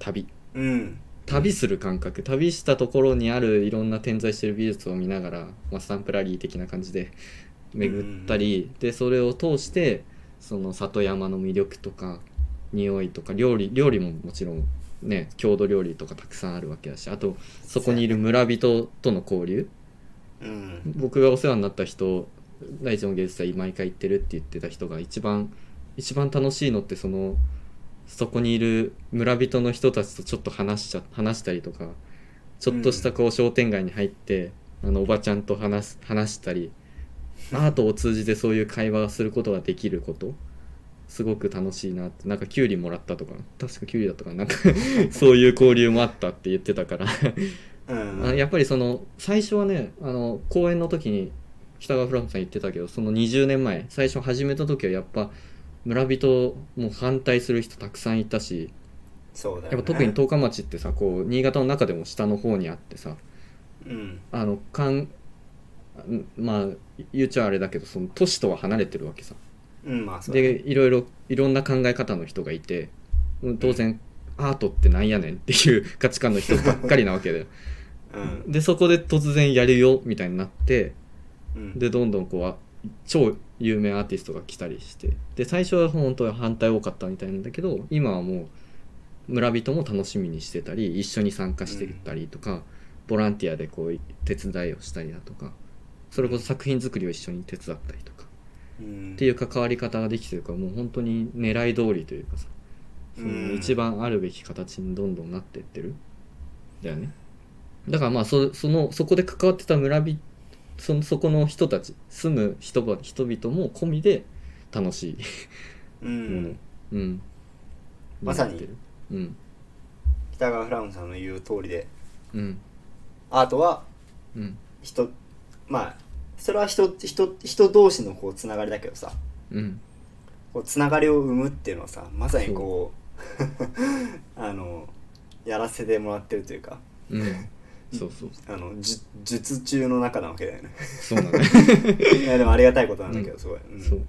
S2: 旅
S1: うん
S2: 旅する感覚旅したところにあるいろんな点在してる美術を見ながら、まあ、スタンプラリー的な感じで巡ったり、でそれを通してその里山の魅力とか匂いとか料理料理ももちろんね郷土料理とかたくさんあるわけだしあとそこにいる村人との交流
S1: うん
S2: 僕がお世話になった人大地の芸術祭毎回行ってるって言ってた人が一番一番楽しいのってそのそこにいる村人の人たちとちょっと話しちゃ話したりとかちょっとしたこう商店街に入って、あのおばちゃんと話す話したりアートを通じてそういう会話をすることができることすごく楽しいなってなんかキュウリもらったとか確かキュウリだったかな なんかそういう交流もあったって言ってたから
S1: うん
S2: あやっぱりその最初はねあの公演の時に北川フランクさん言ってたけどその20年前最初始めた時はやっぱ村人も反対する人たくさんいたし
S1: そうだよ、ね、
S2: やっぱ特に十日町ってさこう新潟の中でも下の方にあってさ
S1: うん
S2: あのかんまあ言うちゃあれだけどその都市とは離れてるわけさ
S1: うんまあそうだね
S2: でいろいろいろんな考え方の人がいてうん当然、アートってなんやねんっていう価値観の人ばっかりなわけで
S1: うん
S2: でそこで突然やるよみたいになって
S1: うん
S2: でどんどんこうあ超有名アーティストが来たりしてで最初は本当に反対多かったみたいなんだけど今はもう村人も楽しみにしてたり一緒に参加してたりとか、ボランティアでこう手伝いをしたりだとかそれこそ作品作りを一緒に手伝ったりとか
S1: うん
S2: っていう関わり方ができてるからもう本当に狙い通りというかさその
S1: うん
S2: 一番あるべき形にどんどんなってってるだよねだからまあそそのそこで関わってた村人そそこの人たち住む人々人々も込みで楽し
S1: う
S2: いもの、
S1: ん
S2: うん
S1: まさに
S2: なってるうん
S1: 北川フラウンさんの言う通りで
S2: うん
S1: アートは
S2: うん
S1: 人まあそれは人人人同士のこうつながりだけどさ
S2: うん
S1: こうつながりを生むっていうのはさまさにこう あのやらせてもらってるというか
S2: うん そうそう
S1: あのじゅ術中の中なわけ だよね
S2: そうなんだね
S1: いやでもありがたいことなんだけどすごい、うん
S2: そう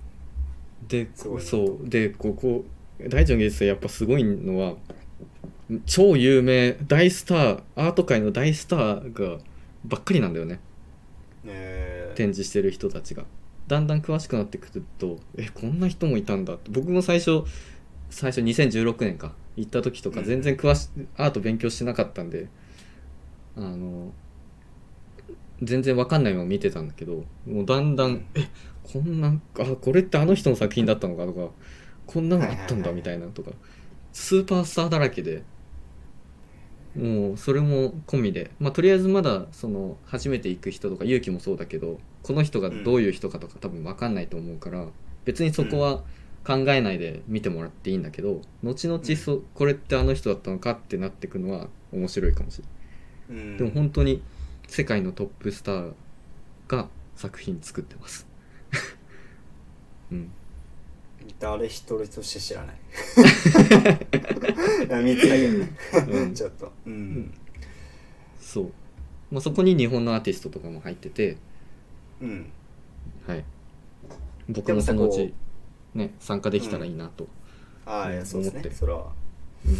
S2: でこ
S1: すごいな
S2: そうでここ大地の芸術祭やっぱすごいのは超有名大スターアート界の大スターがばっかりなんだよね
S1: えー
S2: 展示してる人たちがだんだん詳しくなってくるとえこんな人もいたんだって僕も最初最初2016年か行った時とか
S1: うん
S2: 全然詳し、アート勉強してなかったんであの全然わかんないまま見てたんだけどもうだんだん、
S1: うん
S2: えこんなあこれってあの人の作品だったのかとかこんなのあっ
S1: はい
S2: たんだ
S1: はいはい
S2: みたいなのとかスーパースターだらけでもうそれも込みで、まあ、とりあえずまだその初めて行く人とか勇気もそうだけどこの人がどういう人かとか多分分かんないと思うから、別にそこは考えないで見てもらっていいんだけど、後々そこれってあの人だったのかってなってくのは面白いかもしれない、
S1: うん
S2: でも本当に世界のトップスターが作品作ってます うん
S1: 誰一人として知らない いや見てたけどね、
S2: うん
S1: ちょっとうん
S2: そう、まあ、そこに日本のアーティストとかも入ってて
S1: うん
S2: はい僕
S1: で
S2: も
S1: も
S2: そ
S1: さ
S2: のう
S1: こ
S2: ちね参加できたらいいなと、
S1: ああいやそうです
S2: 思っ
S1: ね
S2: て
S1: それは
S2: うん
S1: で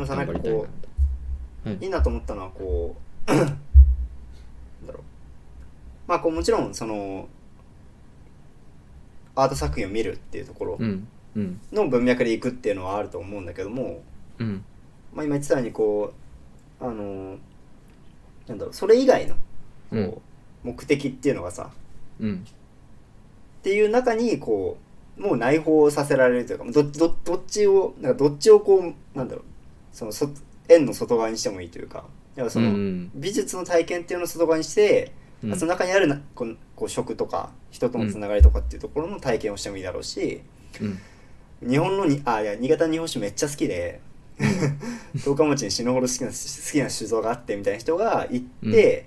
S1: もさな
S2: 頑
S1: んか
S2: 張りたいな
S1: ことう
S2: はい
S1: いいなと思ったのはこ うなんだろうまあこうもちろんそのアート作品を見るっていうところ
S2: うんうん
S1: の文脈でいくっていうのはあると思うんだけども、
S2: うん
S1: まあ、今言ってたようにこうあのなんだろうそれ以外の
S2: うん
S1: こう目的っていうのがさ、
S2: うん
S1: っていう中にこうもう内包させられるというかどどどっちをなんかどっちをこうなんだろうそのそ円の外側にしてもいいというかだからその、
S2: うん
S1: 美術の体験っていうのを外側にして、
S2: うん
S1: その中にあるなこうこう食とか人とのつながりとかっていうところの体験をしてもいいだろうし、
S2: うん
S1: 日本のにあいや新潟の日本酒めっちゃ好きで 十日町に死ぬほど好きな好きな酒造があってみたいな人が行って、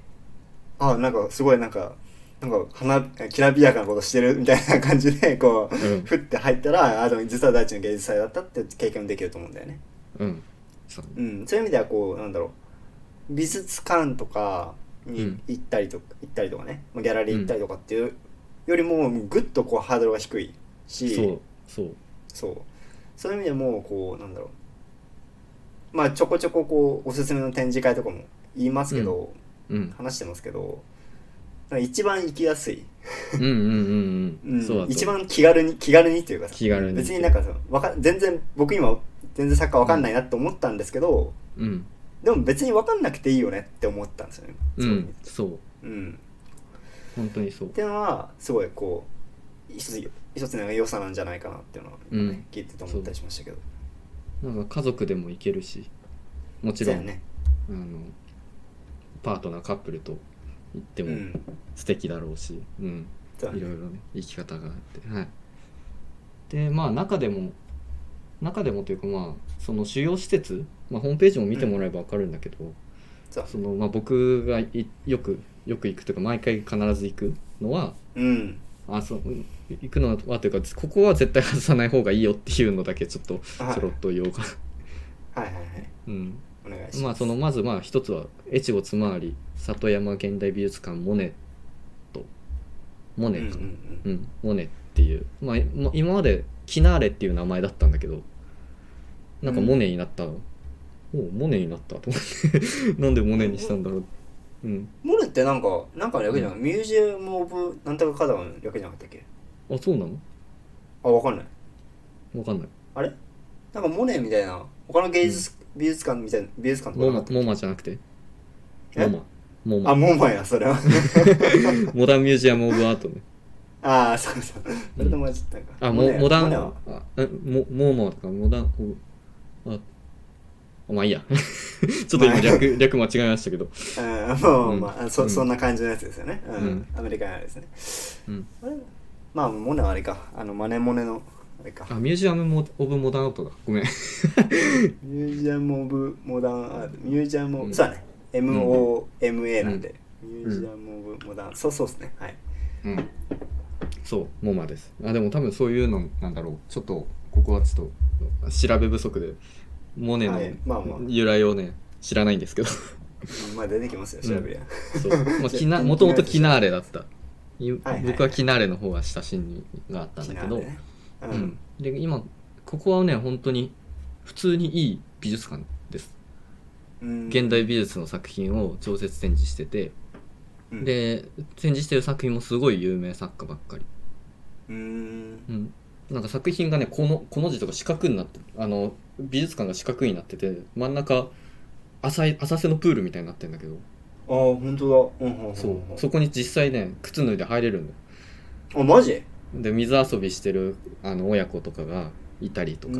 S1: あなんかすごいなんかなんか花きらびやかなことしてるみたいな感じでこう、
S2: うん
S1: ふって入ったらあでも実は大地の芸術祭だったって経験もできると思うんだよね。
S2: うんそう
S1: うん、そういう意味ではこうなんだろう美術館とか
S2: う
S1: に
S2: ん
S1: 行ったりとか、行ったりとかねギャラリー行ったりとかっていうよりもぐっとこうハードルが低いし
S2: そうそう
S1: そうそういう意味でもこうなんだろうまあちょこちょここうおすすめの展示会とかも言いますけど、
S2: うん
S1: 話してますけどなんか一番行きやすい、
S2: うんうんうん
S1: う
S2: うんんそうだと
S1: 一番気軽に気軽にっていうかさ
S2: 気軽に
S1: 別になんかさわか全然僕今全然サッカーわかんないなって思ったんですけど、
S2: うん
S1: でも別に分かんなくていいよねって思ったんですよね。
S2: う
S1: そういう意味
S2: んそう
S1: でうん、
S2: 本当にそう
S1: っていうのはすごいこう一つ一つの良さなんじゃないかなっていうのは、ね
S2: うん
S1: 聞いてて思ったりしましたけど。
S2: なんか家族でも行けるしもち
S1: そう
S2: ろ
S1: や
S2: ん、
S1: ね。
S2: あのパートナーカップルと行って
S1: う
S2: も
S1: ん。
S2: 素敵だろうし、うん
S1: そうや
S2: いろい
S1: ね。
S2: ろね生き方があってはいでまあ中でも中でもというかまあその主要施設、まあ、ホームページも見てもらえば分かるんだけど、
S1: そう
S2: そのまあ、僕がいよくよく行くというか毎回必ず行くのは
S1: うん。
S2: あそううん行くのはというかここは絶対外さない方がいいよっていうのだけちょっと
S1: はい
S2: ちょろっと言おうかな、
S1: はいはいはい
S2: うん、
S1: お願いします
S2: まあそのまずまあ一つは越後つまり里山現代美術館モネとモ
S1: うん
S2: ネ
S1: うん
S2: か
S1: う
S2: な、
S1: ん
S2: うんモネっていう、まあ、ま今までキナーレっていう名前だったんだけどなんかモネになったの、おうモネになったと思って なんでモネにしたんだろううん
S1: モネってなんかなんか略じゃない、ミュージアム・オブなんとかカダン略じゃなかったっけ
S2: あそうなの
S1: あわかんない
S2: わかんない
S1: あれなんかモネみたいな他の芸術、美術館みたいな美術館とか
S2: モ
S1: な
S2: マ
S1: かっ
S2: モマじゃなくて
S1: え
S2: モマモ
S1: たあ
S2: マ
S1: モーマンやそれは
S2: モダンミュージアム・オブ・アートね
S1: ああそうそうそれと混じったんか、
S2: あ、も
S1: ネ
S2: モダ
S1: モ
S2: ン、
S1: ネは
S2: あえモモーモーとかモダン、おあ、あまあいいや。 ちょっと今略、略間違えましたけ
S1: う
S2: ど。
S1: んも
S2: う
S1: うんまあそ,、
S2: うん
S1: そんな感じのやつですよね、うん
S2: うん
S1: アメリカのやつね
S2: うん、
S1: あれまあモネはあれかあのマネモネのあれか
S2: あ、ミュージアムモオブモダンアートだ。ごめん。
S1: ミュージアム・オブ・モダン・アートミュージアム・オブ、
S2: うん
S1: そうだね MOMA なんで、ミュ
S2: ん
S1: ージアム・オブ・モダンそうそうですねはい
S2: うん。そう、モマです。あ、でも多分そういうのなんだろう。ちょっと、ここはちょっと、調べ不足で、モネの
S1: はいまあまあ
S2: 由来をね、知らないんですけ ど。
S1: まあ出てきますよ調べりゃ、
S2: そう。まあ、キナ、もともとキナーレだった。い
S1: はいはい
S2: 僕はキナーレの方が親しみがあったんだけど。
S1: ねう
S2: うんん、で今ここはね本当に普通にいい美術館です
S1: うん
S2: 現代美術の作品を常設展示してて、
S1: うん
S2: で展示してる作品もすごい有名作家ばっかり、
S1: うーん
S2: うん、なんか作品がねこのこの字とか四角になってあの美術館が四角になってて真ん中浅い浅瀬のプールみたいになってんだけど
S1: ああ本当だうんうんん
S2: そうそこに実際ね靴脱いで入れるんだよ
S1: あマジ
S2: で水遊びしてるあの親子とかがいたりとか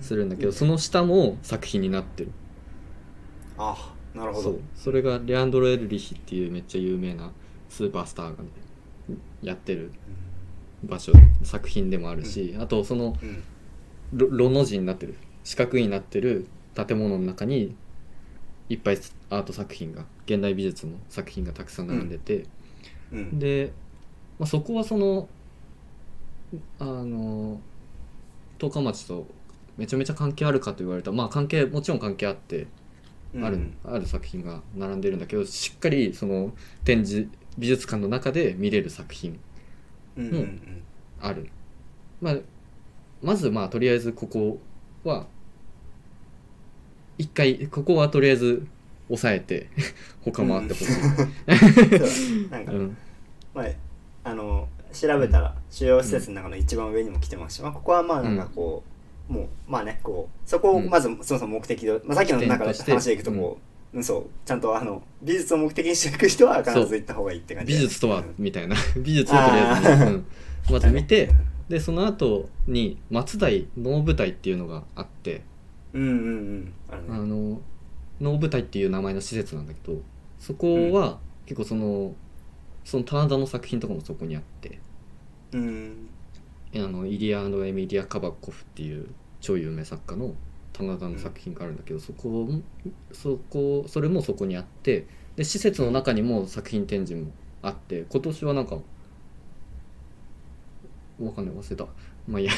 S2: するんだけど、
S1: う
S2: その下も作品になってる
S1: あなるほ
S2: そ
S1: ど
S2: うそれがレアンドロ・エルリヒっていうめっちゃ有名なスーパースターがねやってる場所作品でもあるし、あとその
S1: うん
S2: ろロの字になってる四角になってる建物の中にいっぱいアート作品が現代美術の作品がたくさん並んでて、
S1: うん
S2: で、まあ、そこはそのあの十日町とめちゃめちゃ関係あるかと言われたらまあ関係もちろん関係あって
S1: うん
S2: ある,、ある作品が並んでるんだけどしっかりその展示美術館の中で見れる作品
S1: うんうんうん
S2: ある、まあ、まずまあとりあえずここは一回ここはとりあえず抑えて 他もあってほしい、
S1: そうだなんか
S2: うん
S1: まああの調べたら主要施設の中の一番上にも来てますしまあここはまあなんかこうもうまあねこうそこをまずそもそも目的でまあさっきのなんか
S2: 起点として
S1: 話でいくとこううんそうちゃんとあの美術を目的にしていく人は必ず行った方がいいって感じ
S2: 美
S1: で
S2: 術とは
S1: うん
S2: みたいな 美術をとりあえずね、
S1: あー
S2: うんまず見てでその後に松代能舞台っていうのがあって
S1: うんうんうんある
S2: あ
S1: ね
S2: の能舞台っていう名前の施設なんだけどそこは結構その、その棚田の作品とかもそこにあって
S1: うん
S2: あのイリア・エミリア・カバコフっていう超有名作家の棚田の作品があるんだけど、そこもそこそれもそこにあってで施設の中にも作品展示もあって今年はなんかわかんない忘れたまあいいや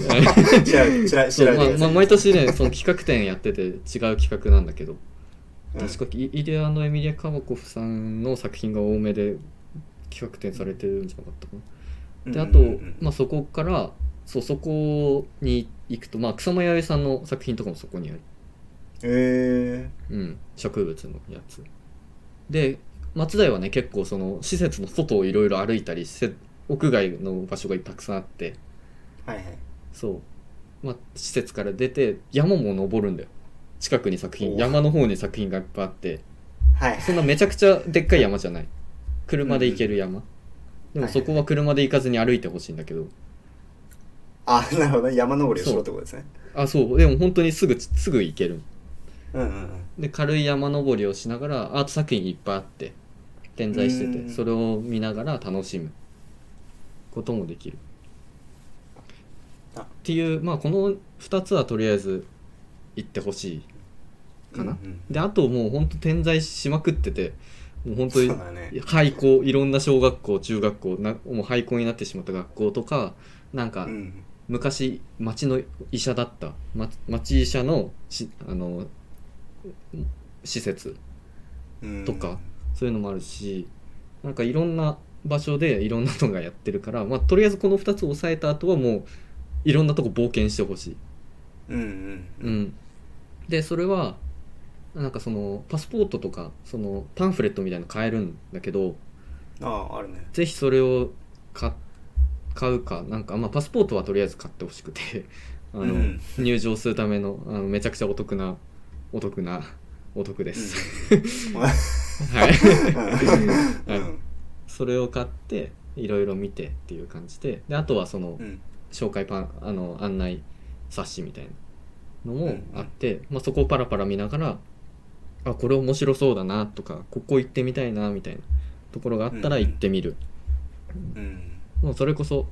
S1: 調べ調べ調
S2: そう
S1: べてくださ
S2: ま
S1: い
S2: あまあ毎年ねその企画展やってて違う企画なんだけど
S1: うん
S2: 確かイイリアのエミリア・カバコフさんの作品が多めで企画展されてるんじゃなかったかな。であと、
S1: うんうんうん
S2: まあ、そこからそうそこに行くと、まあ、草間彌生さんの作品とかもそこにある、
S1: へ
S2: うん、植物のやつ。で松代はね結構その施設の外をいろいろ歩いたり施設屋外の場所がたくさんあって
S1: えはいはい
S2: そう、まあ、施設から出て山も登るんだよ近くに作
S1: お
S2: 品
S1: う
S2: 山の方に作品がいっぱいあって。
S1: はい
S2: そんなめちゃくちゃでっかい山じゃない。車で行ける山。でもそこは車で行かずに歩いてほしいんだけど。
S1: あなるほどね山登りをしろってことですね
S2: あ、そう。でも本当にすぐ、すぐ行ける。
S1: うんうん
S2: で、軽い山登りをしながら、アート作品いっぱいあって、点在して
S1: うん
S2: て、それを見ながら楽しむこともできる。
S1: あ
S2: っていう、まあこの2つはとりあえず行ってほし
S1: うん
S2: いかな。
S1: うん
S2: で、あともう本当点在しまくってて、もう本当
S1: そう
S2: に
S1: だね
S2: 廃校いろんな小学校中学校なもう廃校になってしまった学校とかなんか
S1: うん
S2: 昔町の医者だったま町医者のしあの施設
S1: うん
S2: とかそういうのもあるしなんかいろんな場所でいろんなのがやってるから、まあ、とりあえずこの2つを抑えた後はもういろんなとこ冒険してほしい。
S1: うんうんう
S2: うんん、でそれはなんかそのパスポートとかそのパンフレットみたいなの買えるんだけど
S1: あああるね
S2: ぜひそれを買買うかなんか、まあ、パスポートはとりあえず買ってほしくて あの、
S1: うん
S2: 入場するためのあのめちゃくちゃお得なお得なお得です、 はい
S1: うんうん
S2: それを買っていろいろ見てっていう感じでであとはその
S1: うん
S2: 紹介パンあの案内冊子みたいなの
S1: うんう
S2: も
S1: ん
S2: あって、まあ、そこをパラパラ見ながらあこれ面白そうだなとかここ行ってみたいなみたいなところがあったら
S1: うんうん
S2: 行ってみる、
S1: うん
S2: もうそれこそ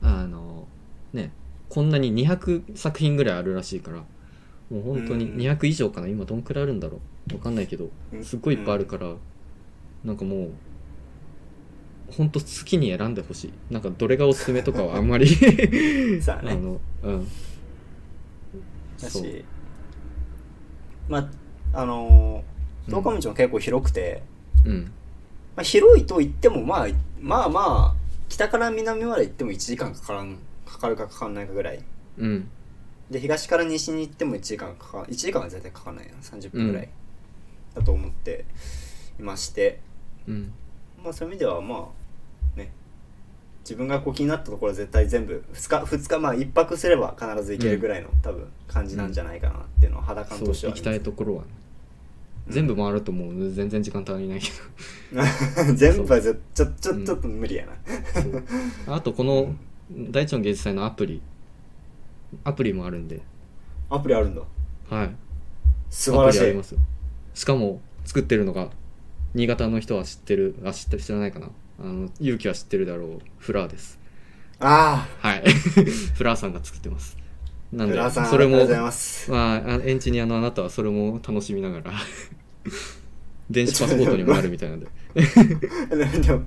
S2: あのねこんなに200作品ぐらいあるらしいからもう本当に
S1: うんうん
S2: 200以上かな今どんくらいあるんだろうわかんないけど
S1: うん
S2: すっごいいっぱいあるから、なんかもうほんと好きに選んでほしいなんかどれがおすすめとかはあんまり
S1: そうだ
S2: あ
S1: ね
S2: のうん
S1: だ
S2: そう
S1: しまああのー
S2: うん
S1: 十日道も結構広くて、
S2: うん
S1: まあ、広いと言ってもまあまあまあ北から南まで行っても1時間かからんかかるかかかんないかぐらい
S2: うん
S1: で東から西に行っても1時間かか1時間は絶対かかんないな30分ぐらいだと思っていまして、
S2: うん
S1: まあそういう意味ではまあね自分がこう気になったところは絶対全部2日2日まあ1泊すれば必ず行けるぐらいの、多分感じなんじゃないかなっていうのは肌感
S2: そう
S1: として
S2: 行
S1: は、
S2: きたいところはね、
S1: うん
S2: 全部回るともう全然時間足りないけ
S1: 全部はぜちょち
S2: う
S1: ょ
S2: ん
S1: ちょっと無理やな、
S2: どそうあとこの大地の芸術祭のアプリアプリもあるんで
S1: アプリあるんだ
S2: はい
S1: 素晴らし
S2: アプリあ
S1: い
S2: りますよしかも作ってるのが新潟の人は知ってるあ知って知らないかなあの勇気は知ってるだろうフラーです
S1: あ
S2: はい フラーさんが作ってますな
S1: あ
S2: んで
S1: 浦和さん
S2: それも
S1: ありがとうございます
S2: まああエンジニアのあなたはそれも楽しみながら 電子パスポートにもなるみたいなんで
S1: でも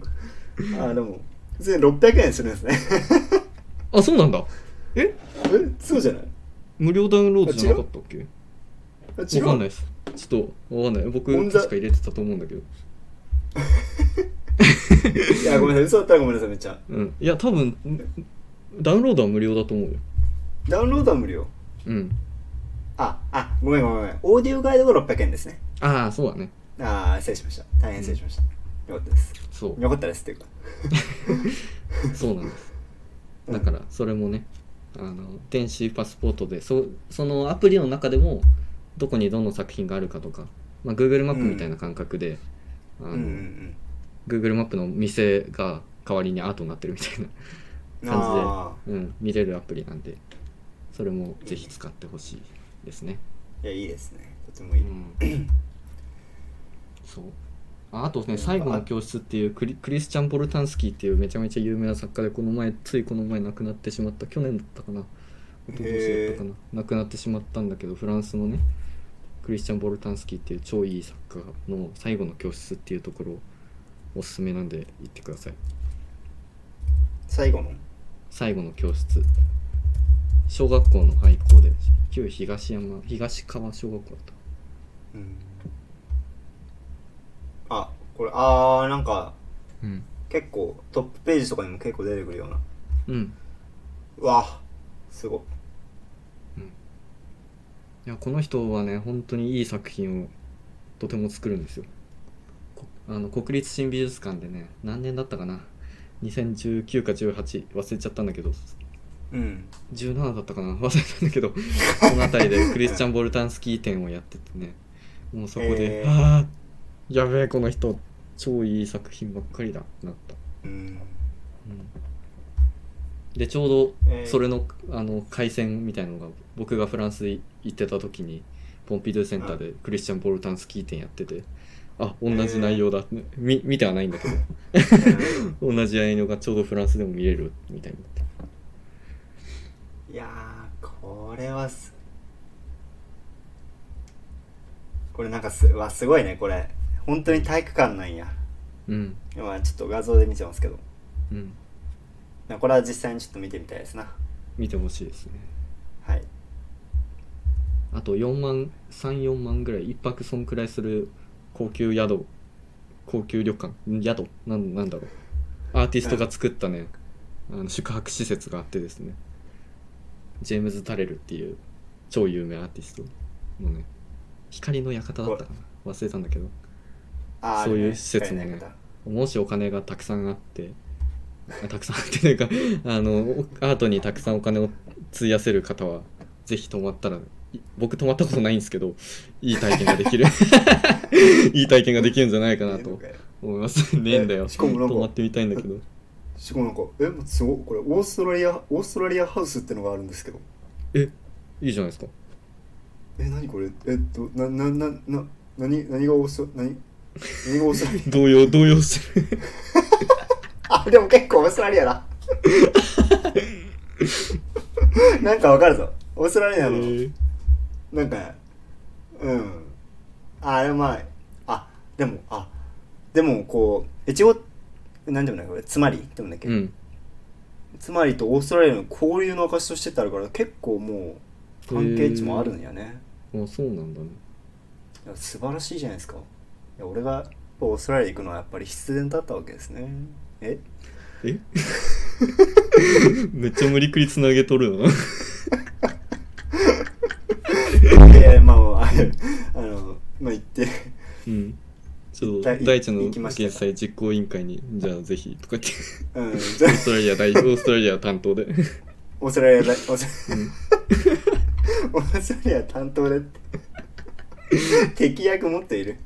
S1: あでも普通に600円するんですね
S2: あそうなんだえ
S1: えそうじゃない
S2: 無料ダウンロードじゃなかったっけ
S1: あ違
S2: わかんな
S1: う
S2: いですちょっとわかんない僕
S1: オンザ
S2: 確か入れてたと思うんだけど
S1: いやごめんなさい嘘だったらごめんなさいめっちゃ
S2: うんいや多分ダウンロードは無料だと思うよ
S1: ダウンロードは無料
S2: うん
S1: ああごめんごめんごめんオーディオガイドが600円ですね
S2: ああそうだね
S1: ああ失礼しました大変失礼しました、よかったです
S2: そう
S1: よかったですっていうか
S2: そうなんですだからそれもねあの電子パスポートでそそのアプリの中でもどこにどの作品があるかとか、まあ、Google マップみたいな感覚で、あ
S1: う
S2: の
S1: んうん、
S2: Google マップの店が代わりにアートになってるみたいな、
S1: うん、
S2: 感じで
S1: あ
S2: うん、見れるアプリなんでそれもぜひ使ってほしいですね、
S1: あいやいいですねとてもいい、
S2: うん、そうああとね「最後の教室」っていうクリクリスチャン・ボルタンスキーっていうめちゃめちゃ有名な作家でこの前ついこの前亡くなってしまった去年だったかな一昨年だったかな亡くなってしまったんだけどフランスのねクリスチャン・ボルタンスキーっていう超いい作家の「最後の教室」っていうところおすすめなんで行ってください
S1: 最後の
S2: 最後の教室小学校の廃校で旧東山東川小学校だった
S1: うんあこれああなんか
S2: うん、
S1: 結構トップページとかにも結構出てくるような
S2: うん、
S1: うわすご
S2: いやこの人はね本当にいい作品をとても作るんですよこあの国立新美術館でね何年だったかな2019か18忘れちゃったんだけど
S1: うん
S2: 17だったかな忘れたんだけどこの辺りでクリスチャン・ボルタンスキー展をやっててねもうそこで、
S1: へー
S2: ああやべえこの人超いい作品ばっかりだってなった、
S1: うん
S2: うんでちょう
S1: え
S2: ど
S1: ー
S2: それの,、あの回線みたいのが僕がフランス行ってた時にポンピドゥセンターでクリスチャン・ボルタンスキー展やっててあ同じ内容だ、み見てはないんだけど 同じ内容がちょうどフランスでも見れるみたいになって
S1: いやーこれはすこれなんかすわすごいねこれ本当に体育館なんや
S2: うん
S1: 今ちょっと画像で見てますけど
S2: うん
S1: これは実際にちょっと見てみたいですな
S2: 見てほしいですね
S1: はい
S2: あと4万34万ぐらい一泊そんくらいする高級宿高級旅館ん宿なんなんだろうアーティストが作ったねあの宿泊施設があってですねジェームズ・タレルっていう超有名アーティストのね光の館だったかな忘れたんだけど
S1: あー
S2: そういう
S1: あれ
S2: 施設ね
S1: 使えない方
S2: もしお金がたくさんあってあたくさんあってというか あのアートにたくさんお金を費やせる方はぜひ泊まったらい僕泊まったことないんですけどいい体験がで きるいい体験ができるんじゃないかなと思 いますねえんだよ
S1: しかもなんか
S2: 泊まってみたいんだけど
S1: しかもなんかえもうすごいこれオーストラリアオーストラリアハウスってのがあるんですけど
S2: いいじゃないですか
S1: え何これえっとなななな何何がオースト何何がオーストラリ
S2: 動揺動揺してる
S1: ア あでも結構オーストラリアだ なんかわかるぞオーストラリアの、なんかうんあれまああでもあでもこう越後何でもないこれつまりでもないっけ、
S2: うん
S1: つまりとオーストラリアの交流の証としてってあるから結構もう関係値もあるんやね、
S2: あそうなんだね
S1: いや素晴らしいじゃないですかいや俺がやっぱオーストラリア行くのはやっぱり必然だったわけですねえ
S2: えめっちゃ無理くりつなげとるな
S1: いやまあ まあああのまあ行って
S2: うんちょっと
S1: 一旦い
S2: 大地の
S1: 行きました
S2: 現在実行委員会にじゃあぜひとか言って
S1: うんじゃあ
S2: オーストラ リア代表、オーストラリア担当で。
S1: オーストラリアだオースオーストラリア担当で 敵役持っている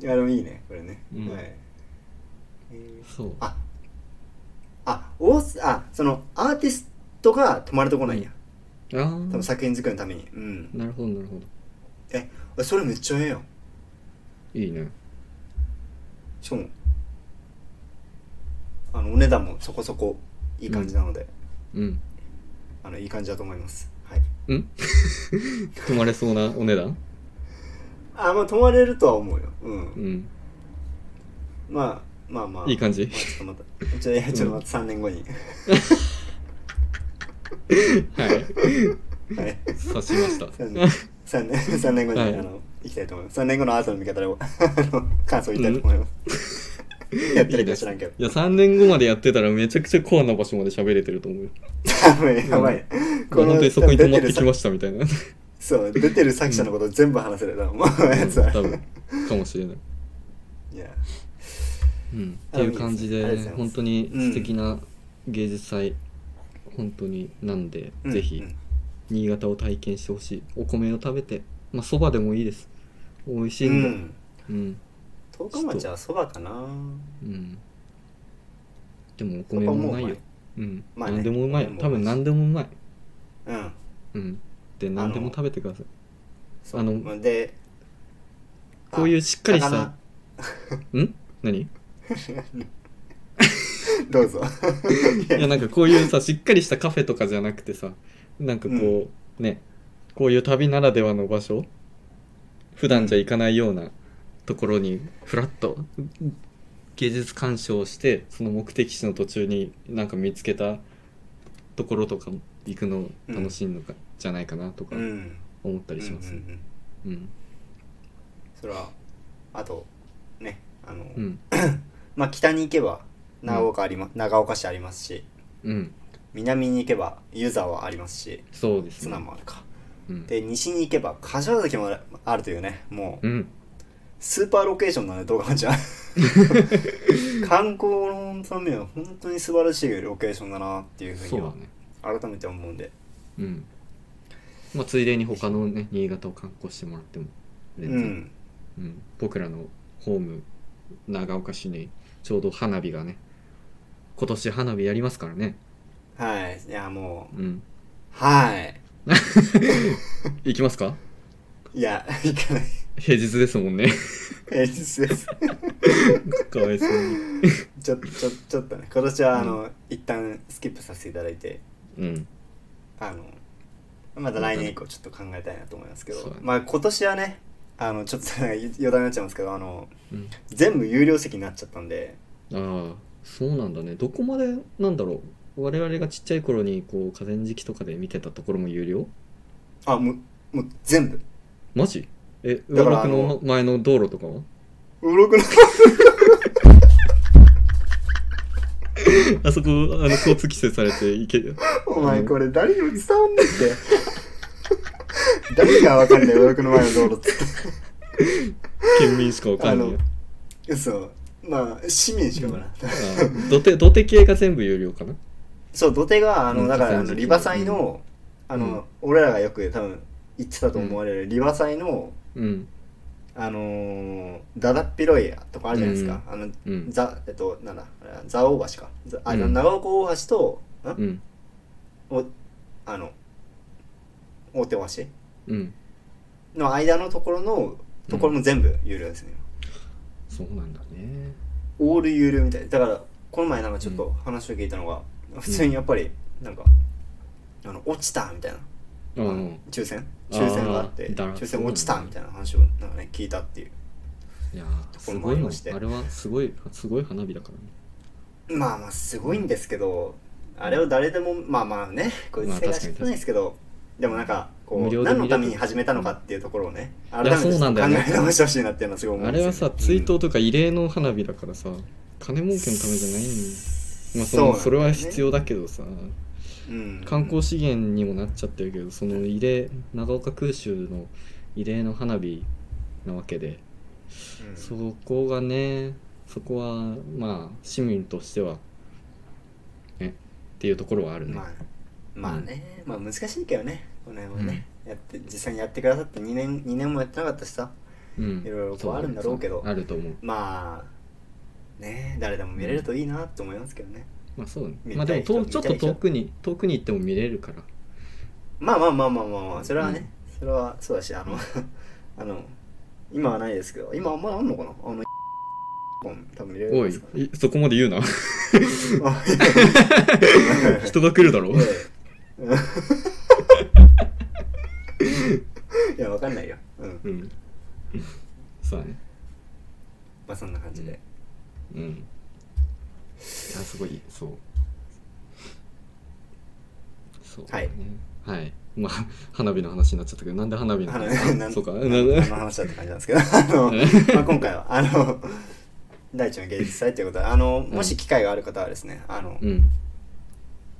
S1: いやでもいいねこれね、
S2: うん
S1: はいえー
S2: そう。
S1: ああオースあそのアーティストが泊まるとこなんや、
S2: あー
S1: 多分作品作りのためにうん
S2: なるほど、なるほ
S1: えそれめっちゃええやん
S2: ど。いいね。
S1: しかもあのお値段もそこそこいい感じなので、
S2: うん。
S1: あのいい感じだと思いますはい
S2: 泊まれそうなお値段
S1: あまあ泊まれるとは思うようん、
S2: うん。
S1: まあまあまあ
S2: いい感じ
S1: まあちょっとまたちょいやちょっとまた3年後 に、
S2: はい。
S1: はい
S2: 刺し ました。
S1: 3年 三年三年後に、
S2: はい
S1: あの行きたいと思います3年後のアートの見方でお あの感想言いたいと思います、 やってるか知らんけど
S2: いや、3年後までやってたらめちゃくちゃコアな場所まで喋れてると思うよ。
S1: 多分やばい、
S2: 本当にそこに泊まってきま
S1: し
S2: したみた いな。
S1: たそう出てる作者のこと全部話せるだろうもうやつは、
S2: 多分、かもしれない。
S1: いや
S2: うん、っていう感じで
S1: あいいです
S2: ね
S1: ね
S2: 本当に素敵な芸術祭、本当になんで、
S1: うん
S2: ぜひ
S1: うん
S2: 新潟を体験してほしいお米を食べてまあそばでもいいです美味しい
S1: うん
S2: で
S1: ん
S2: うん、
S1: 十日町はそばかな
S2: うん、でもお
S1: そば
S2: 米
S1: も
S2: も
S1: う
S2: うま
S1: ま
S2: い
S1: い
S2: ようん、
S1: まあね
S2: 何でもうまい
S1: 米もうまいし
S2: 多分何でもうまい、
S1: うん
S2: うん、で何でも食べてください
S1: そう
S2: あの
S1: まであ
S2: こういうしっかりし
S1: 魚
S2: たん何い
S1: どうぞ
S2: やなんかこういうさしっかりしたカフェとかじゃなくてさなんかこう、ねこういう旅ならではの場所普段じゃ行かないようなところにフラッと芸術鑑賞してその目的地の途中になんか見つけたところとか行くのを楽しいのか、じゃないかなとか
S1: うん
S2: 思ったりします
S1: うんう
S2: ね
S1: んうん
S2: うん
S1: それはあとねあの、
S2: うん
S1: まあ北に行けば長岡あり、ま長岡市ありますし
S2: うん
S1: 南に行けば湯沢ありますし
S2: そうです
S1: 津
S2: ね
S1: 南もあるか、
S2: うん
S1: で西に行けば柏崎もあるあるというねもう
S2: うん
S1: スーパーロケーションなんでどうかなじゃん 観光のためには本当に素晴らしいロケーションだなっていうふう
S2: そう
S1: に
S2: だ
S1: は
S2: ね
S1: 改めて思うんで
S2: うんまあついでに他のね新潟を観光してもらっても
S1: う,、
S2: 全然
S1: ん
S2: うん、僕らのホーム長岡市にちょうど花火がね今年花火やりますからね
S1: はいいやもう
S2: うん
S1: はい
S2: 行きますか
S1: いや行かない
S2: 平日ですもんね
S1: 平日です
S2: かわいそうに
S1: ちょちょちょっとね今年はあの、一旦スキップさせていただいて
S2: うん
S1: あのまた来年以降ちょっと考えたいなと思いますけど、
S2: そうだね
S1: まあ今年はねあのちょっとなんか余談になっちゃいますけどあの
S2: うん
S1: 全部有料席になっちゃったんで
S2: ああそうなんだねどこまでなんだろう我々がちっちゃい頃にこう河川敷とかで見てたところも有料
S1: あもうもう全部
S2: マジえ上
S1: だから
S2: 幕の前の道路とかは
S1: うろくな
S2: あそこあの交通規制されていける
S1: お前これ誰にも伝わんねえ って誰がわかんないうろくの前の道路って
S2: 県民しかわかんない
S1: あの嘘まあ市民しかわからん
S2: あ土手土手系が全部有料かな
S1: そう土手があ
S2: う
S1: の
S2: ん
S1: だからあ
S2: 河
S1: の
S2: 川敷
S1: リバ祭のあ
S2: うん
S1: の俺らがよく多分行ってたと思われるリバ祭の
S2: うん
S1: あのーだだっ広いとこあるじゃないですかあの
S2: うん
S1: ザえっとなんだあれは蔵王大橋かざあの
S2: うん
S1: 長岡大橋とん
S2: うん
S1: おあの大手大
S2: うん
S1: 橋の間のところのところも全部有料ですね
S2: そうなんだね
S1: オール有料みたいだからこの前なんかちょっと話を聞いたのが普通にやっぱりなんかあの落ちたみたいな
S2: あの
S1: 抽選
S2: あー
S1: 抽選があって
S2: だから
S1: 抽選落ちたみたいな話をなんかね聞いたっていう
S2: いやー
S1: とこ
S2: す
S1: ろも
S2: ご
S1: あ
S2: い
S1: り
S2: の
S1: まして
S2: あれはすごいすごい花火だからね
S1: まあまあすごいんですけどあれを誰でもまあまあねこういう
S2: まあ
S1: 性が
S2: 確かに
S1: ないですけどでもなんかこ
S2: 無
S1: う
S2: 料で見れ
S1: 何
S2: る
S1: のために始めたのかっていうところをね改
S2: いや
S1: めてちょ
S2: そう
S1: っ
S2: な
S1: と
S2: ん
S1: 考
S2: だよね
S1: え直してほしいなっていうのはすごい思う
S2: あ
S1: んで
S2: れ
S1: すよ
S2: はさ追悼とか慰霊の花火だからさ金儲けのためじゃないんまあその
S1: そうなんだよね
S2: それは必要だけどさ
S1: うん
S2: 観光資源にもなっちゃってるけどその慰霊長岡空襲の慰霊の花火なわけで
S1: うん
S2: そこがねそこはまあ市民としてはねっていうところはあるね、
S1: まあまあねまあ難しいけどねこの辺はねやって実際にやってくださって2年2年もやってなかったしさ
S2: うん
S1: いろいろこう
S2: そ
S1: あるんだろうけど
S2: そあると思う
S1: まあね誰でも見れるといいなと思いますけどね
S2: まあそうね
S1: 見
S2: まあ
S1: たい
S2: でも
S1: 人
S2: とちょっ
S1: 見たい人
S2: と遠くに遠くに行っても見れるから
S1: まあまあまあまあまあまあそれはね、それはそうだしあの あの今はないですけど今あんまりあんのかなあの多分見れるん
S2: お
S1: です
S2: い
S1: かね
S2: いそこまで言うな
S1: あ
S2: 人が来るだろ
S1: いやいやうん いやわかんないようん
S2: うんそうだね
S1: まあそんな感じで
S2: うんあすごいそうそうだねはい、まあ花火の話になっちゃったけどなんで花火の
S1: あの
S2: 話
S1: なん
S2: そうか
S1: なん
S2: なん
S1: 何の話だって感じなんですけど あの、 まあ、今回はあの第一の芸術祭ということであのもし機会がある方はですねあの、
S2: うん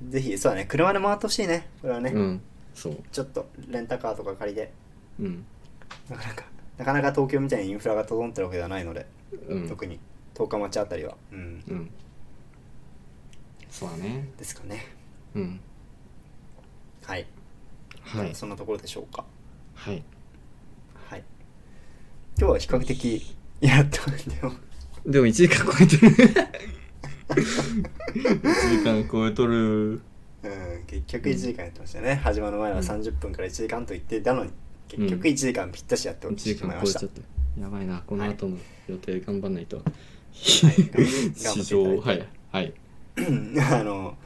S1: ぜひそうだね車で回ってほしいねこれはね、
S2: うんそう
S1: ちょっとレンタカーとか借りて
S2: うん
S1: なかなかなかなか東京みたいにインフラが整ってるわけではないので、
S2: うん
S1: 特に十日町あたりは、うん、
S2: うんそうだね
S1: ですかね
S2: うん
S1: はい、
S2: はい
S1: そんなところでしょうか
S2: はい
S1: はい今日は比較的やっとでも
S2: でも1時間超えてる1時間超えとる
S1: うん結局1時間やってましたね、始まる前は30分から1時間と言っていたのに結
S2: うん
S1: 局1時間ぴったしやって
S2: 1時
S1: しまい
S2: 間
S1: ま
S2: 超え
S1: し
S2: ち
S1: た、
S2: ゃったやばいなこの後の予定頑張んないと、
S1: 頑張
S2: 市
S1: っていただい
S2: 場
S1: て
S2: はいはい
S1: うん あの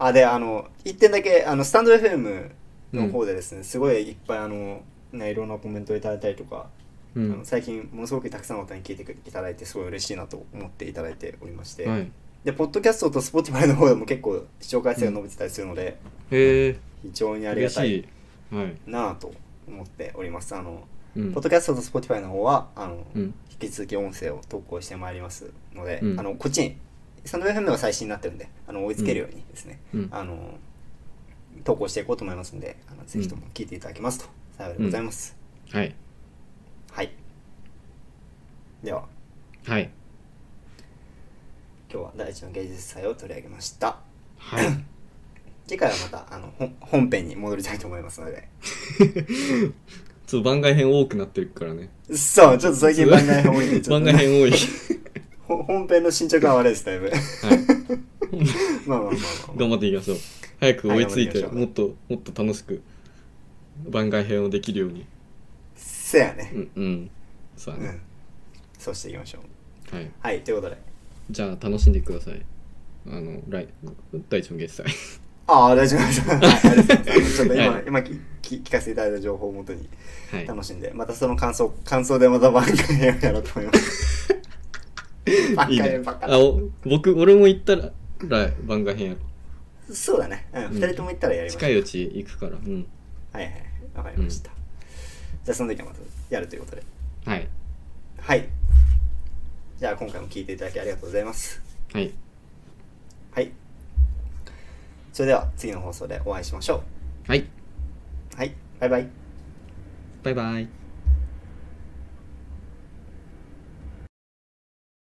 S1: あであの1点だけあのスタンド FM の方でですね、すごいいっぱいあの、ね、いろんなコメントいただいたりとか、
S2: う
S1: あの
S2: ん
S1: 最近ものすごくたくさんの方に聞いていただいてすごい嬉しいなと思っていただいておりまして、
S2: はい
S1: でポッドキャストと Spotify の方でも結構視聴回数が伸びてたりするので、
S2: へえ
S1: 非常にありが
S2: 嬉
S1: たい
S2: しいはい、
S1: なぁと思っておりますあの、
S2: うん
S1: ポッドキャストと Spotify の方はあの、
S2: うん
S1: 引き続き音声を投稿してまいりますので、
S2: うん
S1: あのこっちにサンド FM が最新になってるんであの追いつけるようにですね、
S2: うん
S1: あの投稿していこうと思いますのであのぜひとも聞いていただけますと幸いでございます、
S2: はい
S1: はいでは
S2: はい
S1: 今日は第一の芸術祭を取り上げました
S2: はい
S1: 次回はまたあのほん本編に戻りたいと思いますので
S2: ちょっと番外編多くなってるからね
S1: そうちょっと最近番外編多いん でちょっ
S2: 番
S1: と
S2: 外
S1: ね、
S2: 編多い
S1: ほ本編の進捗は悪いですだいぶ
S2: はい
S1: まあまあまあまあ、まあ、
S2: 頑張っていきましょう早く追いつい
S1: は
S2: て、
S1: い頑張
S2: も
S1: っ
S2: っともっと楽しく番外編をできるように
S1: せやね
S2: うんうんそうだ
S1: う
S2: ね、
S1: んそうしていきましょう
S2: はい
S1: はいということで
S2: じゃあ楽しんでくださいあの来第一の月祭
S1: ああ、大丈夫です。はいありがとうございますちょっと今、
S2: はい
S1: 今きき聞かせていただいた情報をもとに
S2: は い
S1: 楽しんで、またその感想、感想でまた番組やろうと思います。バカ
S2: いい
S1: や
S2: ね
S1: バカ
S2: あお僕俺も行ったら来番外編やろ
S1: そうだね、うん、
S2: ん
S1: 2人とも行ったらやりましょう
S2: 近いうち行くからうん
S1: はいはいわかりました、じゃあその時はまたやるということで
S2: はい
S1: はいじゃあ今回も聞いていただきありがとうございます
S2: はい
S1: はいそれでは次の放送でお会いしましょ
S2: はいう
S1: はいバイバイ
S2: バイバイ